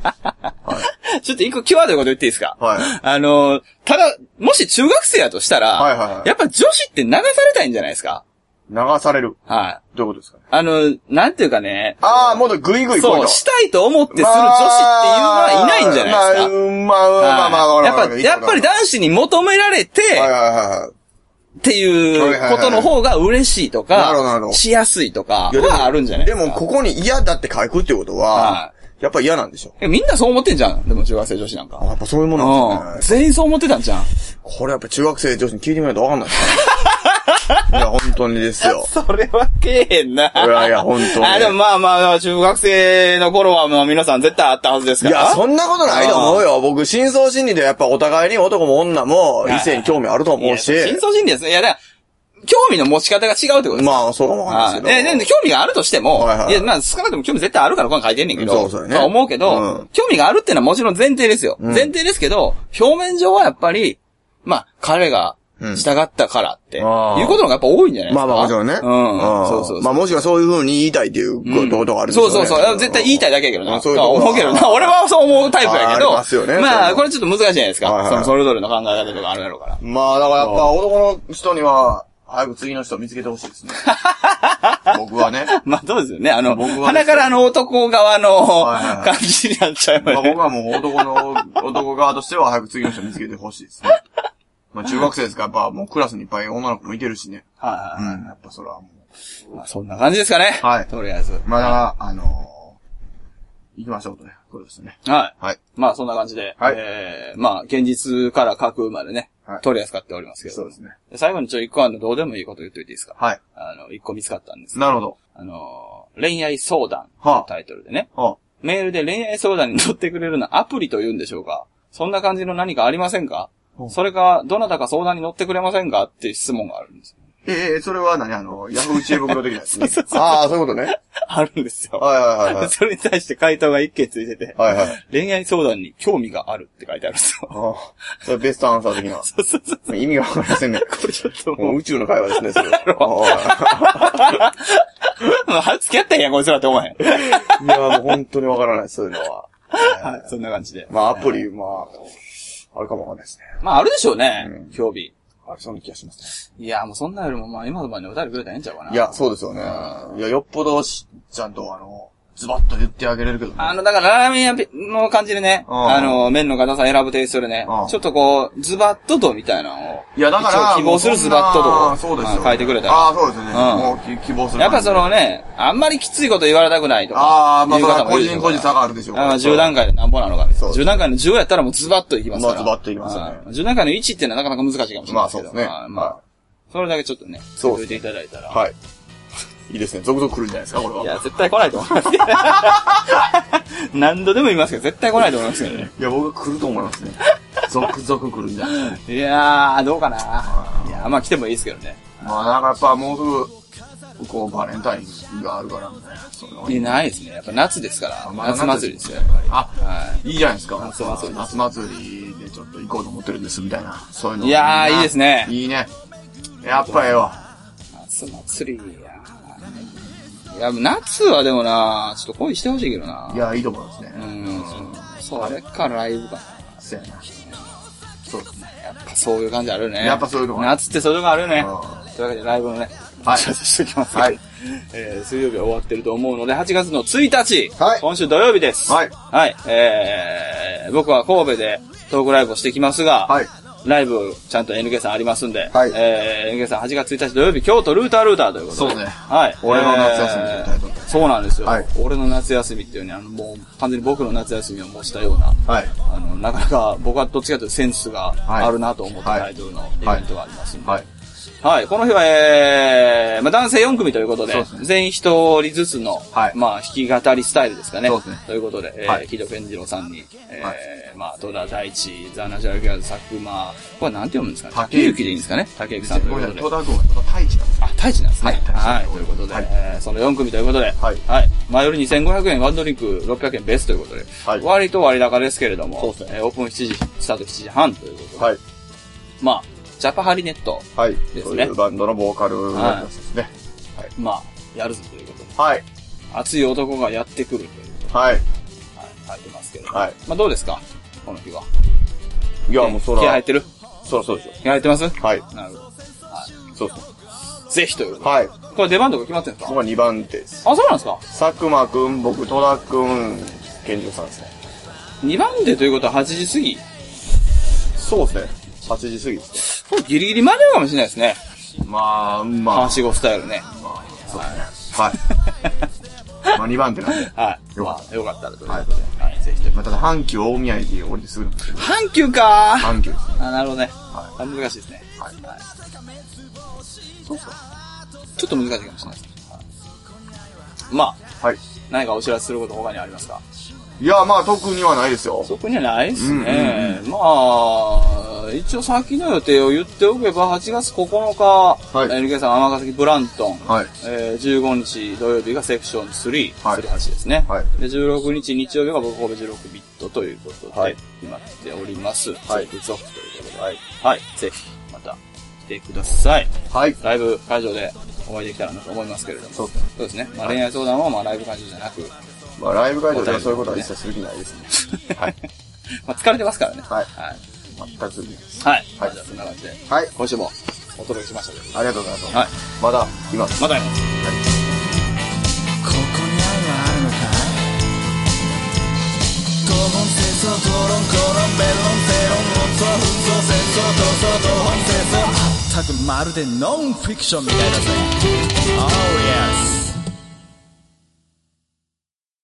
[SPEAKER 2] (laughs) ちょっと一個際どいこと言っていいですか
[SPEAKER 1] はい
[SPEAKER 2] あの、ただ、もし中学生やとしたら、
[SPEAKER 1] はいはいはい
[SPEAKER 2] やっぱ女子って流されたいんじゃないですか
[SPEAKER 1] 流される。
[SPEAKER 2] はい。
[SPEAKER 1] どういうことですか
[SPEAKER 2] あの、なんていうかね、
[SPEAKER 1] ああ、もっとグイグイ来い
[SPEAKER 2] そう、
[SPEAKER 1] と。
[SPEAKER 2] したいと思ってする女子っていうのはいないんじゃないです
[SPEAKER 1] まあ、
[SPEAKER 2] か。
[SPEAKER 1] まあ、まあ、まあ、まあ、
[SPEAKER 2] やっぱ、やっぱり
[SPEAKER 1] だ
[SPEAKER 2] 男子に求められて、
[SPEAKER 1] はいはいはいはい。
[SPEAKER 2] っていうことの方が嬉しいと
[SPEAKER 1] はいはいはいなるほどなる
[SPEAKER 2] か
[SPEAKER 1] ほ、ど
[SPEAKER 2] しやすいとか、
[SPEAKER 1] いやでも
[SPEAKER 2] はあるんじゃない
[SPEAKER 1] です
[SPEAKER 2] か
[SPEAKER 1] も、ここに嫌だって書くってことは
[SPEAKER 2] は、
[SPEAKER 1] やっぱ嫌なんでしょ
[SPEAKER 2] えみんなそう思ってんじゃん。でも中学生女子なん
[SPEAKER 1] あ
[SPEAKER 2] か。
[SPEAKER 1] やっぱそういうものなんです
[SPEAKER 2] う
[SPEAKER 1] ね
[SPEAKER 2] ん。。全員そう思ってたんじゃん。
[SPEAKER 1] これやっぱ中学生女子に聞いてみないとわかんないですね。いや、本当にですよ。
[SPEAKER 2] それはけえへんな。
[SPEAKER 1] いやいや本当に
[SPEAKER 2] あ、でもまあまあ、中学生の頃はまあ皆さん絶対あったはずです
[SPEAKER 1] い
[SPEAKER 2] から。
[SPEAKER 1] や、そんなことないと思うよ。僕、深層心理でやっぱお互いに男も女も異性に興味あると
[SPEAKER 2] い
[SPEAKER 1] 思う
[SPEAKER 2] や
[SPEAKER 1] し。
[SPEAKER 2] 深層心理ですね。いや、だから、興味の持ち方が違うってことです。
[SPEAKER 1] まあ、そうかもわかんない
[SPEAKER 2] え、
[SPEAKER 1] で
[SPEAKER 2] で
[SPEAKER 1] けど。
[SPEAKER 2] す興味があるとしても、
[SPEAKER 1] はいはい
[SPEAKER 2] いや、まあ、少なくとも興味絶対あるからこの書いてんねんけど、
[SPEAKER 1] そうそうやね
[SPEAKER 2] とは思うけど、
[SPEAKER 1] うん
[SPEAKER 2] 興味があるっていうのはもちろん前提ですよ。前提ですけど、表面上はやっぱり、まあ、彼が
[SPEAKER 1] うん
[SPEAKER 2] 従ったからって、いう
[SPEAKER 1] あー
[SPEAKER 2] ことの方がやっぱ多いんじゃないで
[SPEAKER 1] ま
[SPEAKER 2] す
[SPEAKER 1] あ
[SPEAKER 2] か。
[SPEAKER 1] まあ、もちろんね。
[SPEAKER 2] うん。そうそうそう。
[SPEAKER 1] まあ、もしくはそういう風に言いたいっていう
[SPEAKER 2] うん
[SPEAKER 1] ことがあるんでしょ
[SPEAKER 2] そう
[SPEAKER 1] ね
[SPEAKER 2] そうそう。絶対言いたいだけやけど
[SPEAKER 1] う
[SPEAKER 2] な。
[SPEAKER 1] んそういう
[SPEAKER 2] と
[SPEAKER 1] と
[SPEAKER 2] は
[SPEAKER 1] ころ
[SPEAKER 2] 思うけどな。俺はそう思うタイプやけ
[SPEAKER 1] あーあり
[SPEAKER 2] ど。
[SPEAKER 1] ますよねそういう
[SPEAKER 2] まあ、
[SPEAKER 1] の
[SPEAKER 2] これちょっと難しいじゃないです
[SPEAKER 1] はいは
[SPEAKER 2] か。
[SPEAKER 1] い
[SPEAKER 2] そのそれぞれの考え方とかあるやろうから。
[SPEAKER 1] まあ、だからやっぱ男の人には、早く次の人を見つけてほしいですね。 (laughs) 僕はね。
[SPEAKER 2] まあ、そうですよね。あの、
[SPEAKER 1] 僕はですね
[SPEAKER 2] 鼻からあの男側
[SPEAKER 1] いはいは
[SPEAKER 2] の
[SPEAKER 1] い
[SPEAKER 2] 感じになっちゃい
[SPEAKER 1] ま
[SPEAKER 2] ま
[SPEAKER 1] あ、
[SPEAKER 2] すね
[SPEAKER 1] 僕。はもう男の、男側としては早く次の人見つけてほしいですね。まあ中学生ですから、やっぱもうクラスにいっぱい女の子もいてるしね。
[SPEAKER 2] はいはいは
[SPEAKER 1] う
[SPEAKER 2] い
[SPEAKER 1] ん、やっぱそれはも
[SPEAKER 2] (laughs) まあ、そんな感じですかね。
[SPEAKER 1] はい
[SPEAKER 2] とりあえず。
[SPEAKER 1] う。まあだから、あのー行きましょうとね。ことですね。
[SPEAKER 2] はい。
[SPEAKER 1] はい。
[SPEAKER 2] まあ、そんな感じで、
[SPEAKER 1] はい
[SPEAKER 2] えー、まあ、現実から架空までね、
[SPEAKER 1] はい
[SPEAKER 2] 取り扱っておりますけど。
[SPEAKER 1] そうですね。
[SPEAKER 2] 最後にちょ、一個あの、どうでもいいこと言っといていいですか
[SPEAKER 1] はい。
[SPEAKER 2] あの、一個見つかったんです。
[SPEAKER 1] なるほど。
[SPEAKER 2] あの、恋愛相談
[SPEAKER 1] はあ
[SPEAKER 2] タイトルでね、
[SPEAKER 1] は
[SPEAKER 2] メールで恋愛相談に乗ってくれるのはアプリと言うんでしょうかそんな感じの何かありませんか
[SPEAKER 1] ほう
[SPEAKER 2] それか、どなたか相談に乗ってくれませんかっていう質問があるんですよ。
[SPEAKER 1] あ、ええそれは何あの、ヤフー知恵袋的なやつね。ああ、 (laughs) そういうことね。
[SPEAKER 2] (laughs) あるんですよ。
[SPEAKER 1] はいはいはいはい
[SPEAKER 2] (laughs) それに対して回答が一件ついてて、
[SPEAKER 1] はいはい。
[SPEAKER 2] 恋愛相談に興味があるって書いてあるんですよ。 (laughs)
[SPEAKER 1] ああ、それベストアンサー的な。
[SPEAKER 2] そうそうそう。
[SPEAKER 1] 意味がわかりませんね。
[SPEAKER 2] これちょっとも
[SPEAKER 1] もう宇宙の会話ですね、
[SPEAKER 2] (laughs)
[SPEAKER 1] それは。
[SPEAKER 2] う、まあ、付き合ったんや、こいつらって思わへん。
[SPEAKER 1] いや、もう本当にわからない、そういうのは。
[SPEAKER 2] はい、そんな感じで。
[SPEAKER 1] まあ、アプリ、まあ、あるかもわかんないですね。
[SPEAKER 2] まあ、あるでしょうね、興味。
[SPEAKER 1] ありそうな気がします
[SPEAKER 2] いや、もうそんなよりも、まあ、今の場合にお便りくれたらええんちゃうかな。
[SPEAKER 1] ね。いや、そうですよね。いや、よっぽどし、ちゃんと、あの、ズバッと言ってあげれるけどね。
[SPEAKER 2] あの、だから、ラーメン屋の感じでね、
[SPEAKER 1] うん
[SPEAKER 2] あの、麺の硬さ選ぶテイストでね
[SPEAKER 1] うん、
[SPEAKER 2] ちょっとこう、ズバッと度みたいなのを、
[SPEAKER 1] いや、だから、
[SPEAKER 2] 一応希望するズバッと
[SPEAKER 1] あ
[SPEAKER 2] 度
[SPEAKER 1] あ、そうですよ。
[SPEAKER 2] 書いてくれたら。
[SPEAKER 1] ああ、そうですね。
[SPEAKER 2] ん
[SPEAKER 1] もうき希望する。
[SPEAKER 2] やっぱそ、のね、あんまりきついこと言われたくないとか。
[SPEAKER 1] ああ、まあ、
[SPEAKER 2] いう
[SPEAKER 1] それは
[SPEAKER 2] 方も
[SPEAKER 1] 個
[SPEAKER 2] いるでしょ
[SPEAKER 1] 人
[SPEAKER 2] うか
[SPEAKER 1] 個人差があるでしょう
[SPEAKER 2] あ
[SPEAKER 1] から。
[SPEAKER 2] の10段階でなんぼなのかみたいな。
[SPEAKER 1] そう
[SPEAKER 2] 10段階の10やったらもうズバッといきますから。
[SPEAKER 1] まあズバッといきますよね
[SPEAKER 2] うん10段階の1っていうのはなかなか難しいかもしれない
[SPEAKER 1] まあ、
[SPEAKER 2] です
[SPEAKER 1] そう
[SPEAKER 2] け
[SPEAKER 1] で
[SPEAKER 2] ど。
[SPEAKER 1] すね。
[SPEAKER 2] まあまあ
[SPEAKER 1] は
[SPEAKER 2] それだけちょっとね、
[SPEAKER 1] そう
[SPEAKER 2] 触
[SPEAKER 1] で
[SPEAKER 2] れ
[SPEAKER 1] す
[SPEAKER 2] ていただいたら。
[SPEAKER 1] い。はい。 (laughs) いいですね。続々来るんじゃないですか、これは。
[SPEAKER 2] いや、絶対来ないと思いますけ
[SPEAKER 1] (laughs)
[SPEAKER 2] ど。何度でも言いますけど、絶対来ないと思いますけどね。
[SPEAKER 1] いや、僕は来ると思い (laughs) ますね。続々来るんじゃないですか。
[SPEAKER 2] いやー、どうかな。いやー、まあ来てもいいですけどね。
[SPEAKER 1] まあ、なんかやっぱもうすぐ、こう、バレンタインがあるから、ね、その
[SPEAKER 2] いやないですね。やっぱ夏ですから。
[SPEAKER 1] まだ
[SPEAKER 2] 夏祭りですよ、やっ
[SPEAKER 1] あ、
[SPEAKER 2] ぱり。
[SPEAKER 1] いいじゃないですか。
[SPEAKER 2] 夏祭り
[SPEAKER 1] 夏祭りでちょっと行こうと思ってるんです、みたいな。そういうの。
[SPEAKER 2] いやー
[SPEAKER 1] みんない
[SPEAKER 2] いですね
[SPEAKER 1] いいね。やっぱええわ。
[SPEAKER 2] はい。夏祭りやー。いや、夏はでもな、ちょっと恋してほしいけどな。
[SPEAKER 1] いや、いいと思いますね。
[SPEAKER 2] うん。それかライブか
[SPEAKER 1] そうやな。そうですね。
[SPEAKER 2] な。やっぱそういう感じあるよね。
[SPEAKER 1] やっぱそういうとこある
[SPEAKER 2] 夏ってそういうとこあるよね
[SPEAKER 1] う。
[SPEAKER 2] というわけでライブのね、
[SPEAKER 1] はい
[SPEAKER 2] お知らせしておきますけど。
[SPEAKER 1] はい
[SPEAKER 2] (laughs) えー水曜日は終わってると思うので、8月の1日。
[SPEAKER 1] はい
[SPEAKER 2] 今週土曜日です。
[SPEAKER 1] はい
[SPEAKER 2] はい。えー、僕は神戸でトークライブをしてきますが、
[SPEAKER 1] はい。
[SPEAKER 2] ライブ、ちゃんと NK さんありますんで、
[SPEAKER 1] はい
[SPEAKER 2] えー、NK さん8月1日土曜日、京都ルータールーターということで。
[SPEAKER 1] そうね
[SPEAKER 2] はい。
[SPEAKER 1] 俺の夏休みというタイトルで
[SPEAKER 2] そうなんですよ。
[SPEAKER 1] はい
[SPEAKER 2] 俺の夏休みっていうね、あの、もう、完全に僕の夏休みを模したような、
[SPEAKER 1] はい。
[SPEAKER 2] あの、なかなか僕はどっちかというとセンスがあるなと思った
[SPEAKER 1] はい
[SPEAKER 2] タイトルのイベントがありますんで。は
[SPEAKER 1] はいい。。
[SPEAKER 2] この日は、えー、まあ、男性4組ということで、
[SPEAKER 1] そうですね
[SPEAKER 2] 全員一人ずつの、
[SPEAKER 1] はい
[SPEAKER 2] まあ、弾き語りスタイルですかね。
[SPEAKER 1] そうですね
[SPEAKER 2] ということで、えー
[SPEAKER 1] はい
[SPEAKER 2] 木戸健次郎さんに、えー
[SPEAKER 1] はい
[SPEAKER 2] まあ、戸田大地、ザ・ナチュラル・ギャーズ、佐久間、これなんて読むんですかね
[SPEAKER 1] 竹内
[SPEAKER 2] 之でいいんですかね竹内さんという
[SPEAKER 1] ご
[SPEAKER 2] こ
[SPEAKER 1] めんな
[SPEAKER 2] と
[SPEAKER 1] さい、
[SPEAKER 2] で。
[SPEAKER 1] 戸田君は戸田太一なんです
[SPEAKER 2] あ、太一なんですね。
[SPEAKER 1] はい太一
[SPEAKER 2] はい。ということで、
[SPEAKER 1] はい
[SPEAKER 2] えーその4組ということで、
[SPEAKER 1] はい
[SPEAKER 2] 前より2500円、ワンドリンク600円ベースということで、
[SPEAKER 1] はい
[SPEAKER 2] 割と割高ですけれども、
[SPEAKER 1] そうですね
[SPEAKER 2] えーオープン7時、スタート7時半ということで、
[SPEAKER 1] はい。
[SPEAKER 2] まあ、ジャパハリネット、
[SPEAKER 1] はい。
[SPEAKER 2] ね
[SPEAKER 1] そういうバンドのボーカルのやつですね。
[SPEAKER 2] まあ、やるぞということで、
[SPEAKER 1] はい。
[SPEAKER 2] 熱い男がやってくるということで、
[SPEAKER 1] はい。
[SPEAKER 2] はい、書いてますけど、
[SPEAKER 1] はい。
[SPEAKER 2] まあどうですかこの日は。
[SPEAKER 1] いや、もうそら、
[SPEAKER 2] 気合入ってる
[SPEAKER 1] そらそうでし
[SPEAKER 2] 気合入ってます
[SPEAKER 1] ょ。はい。
[SPEAKER 2] なるほど。は
[SPEAKER 1] そうですね。
[SPEAKER 2] い。ぜひということで。
[SPEAKER 1] はい。こ
[SPEAKER 2] これ出番とか決まってるんです
[SPEAKER 1] こ
[SPEAKER 2] か
[SPEAKER 1] が2番手です。
[SPEAKER 2] あ、そうなんですか
[SPEAKER 1] 佐久間くん、僕、戸田くん、健二郎さんですね。
[SPEAKER 2] ?2 番でということは8時過ぎ。
[SPEAKER 1] そうですね。8時過ぎです
[SPEAKER 2] これギリギリ間に合うかもしれないですね。
[SPEAKER 1] ね。まあ、まあ、
[SPEAKER 2] はしごスタイルね。
[SPEAKER 1] まあ、そうですね。はい。まあ、2番手 (laughs) なんで。
[SPEAKER 2] はい。
[SPEAKER 1] よか
[SPEAKER 2] まあよかったらということで。はい、ぜひと
[SPEAKER 1] まあ、ただ、阪急大宮駅降りてすぐなんですけど、
[SPEAKER 2] 阪急かー
[SPEAKER 1] 阪急ですね。
[SPEAKER 2] あ、なるほどね。
[SPEAKER 1] は
[SPEAKER 2] あ難しいですね。
[SPEAKER 1] い。はい。
[SPEAKER 2] そうか。ちょっと難しいかもしれないです。はいまあ、
[SPEAKER 1] はい。
[SPEAKER 2] 何かお知らせすること他にありますか
[SPEAKER 1] いや、まあ、特にはないですよ。
[SPEAKER 2] そこにはないですね。まあ、一応先の予定を言っておけば、8月9日、
[SPEAKER 1] はい
[SPEAKER 2] NK さん、尼崎ブラントン、
[SPEAKER 1] はい。
[SPEAKER 2] えー15日土曜日がセクション3、
[SPEAKER 1] はい
[SPEAKER 2] 38ですね、
[SPEAKER 1] はい
[SPEAKER 2] で。16日日曜日が僕神戸16ビットということで、
[SPEAKER 1] はい
[SPEAKER 2] 決まっております。
[SPEAKER 1] はい
[SPEAKER 2] 続々ということで、は
[SPEAKER 1] はいい。
[SPEAKER 2] ぜひ、また来てください。
[SPEAKER 1] はい。
[SPEAKER 2] ライブ会場でお会いできたらなと思いますけれども。
[SPEAKER 1] そうですね。
[SPEAKER 2] そうですね。まあ、恋愛相談はまあライブ会場じゃなく、
[SPEAKER 1] まあ、ライブ会場ではそういうことは一切する気ないですね。はい。
[SPEAKER 2] (laughs) まあ疲れてますからね。
[SPEAKER 1] はい
[SPEAKER 2] はい。
[SPEAKER 1] 全くする気ないです。
[SPEAKER 2] はい。
[SPEAKER 1] はい
[SPEAKER 2] じゃあそんな感じで、
[SPEAKER 1] はい。
[SPEAKER 2] 今週もお届けしましたけど。
[SPEAKER 1] ありがとうございます。
[SPEAKER 2] はい。
[SPEAKER 1] まだ、います。
[SPEAKER 2] またね。
[SPEAKER 3] ここにあるのかドロン戦争ドロンコロンベロンセロン音不動戦争ドソドホン戦争まったくまるでノンフィクションみたいだぜ Oh yes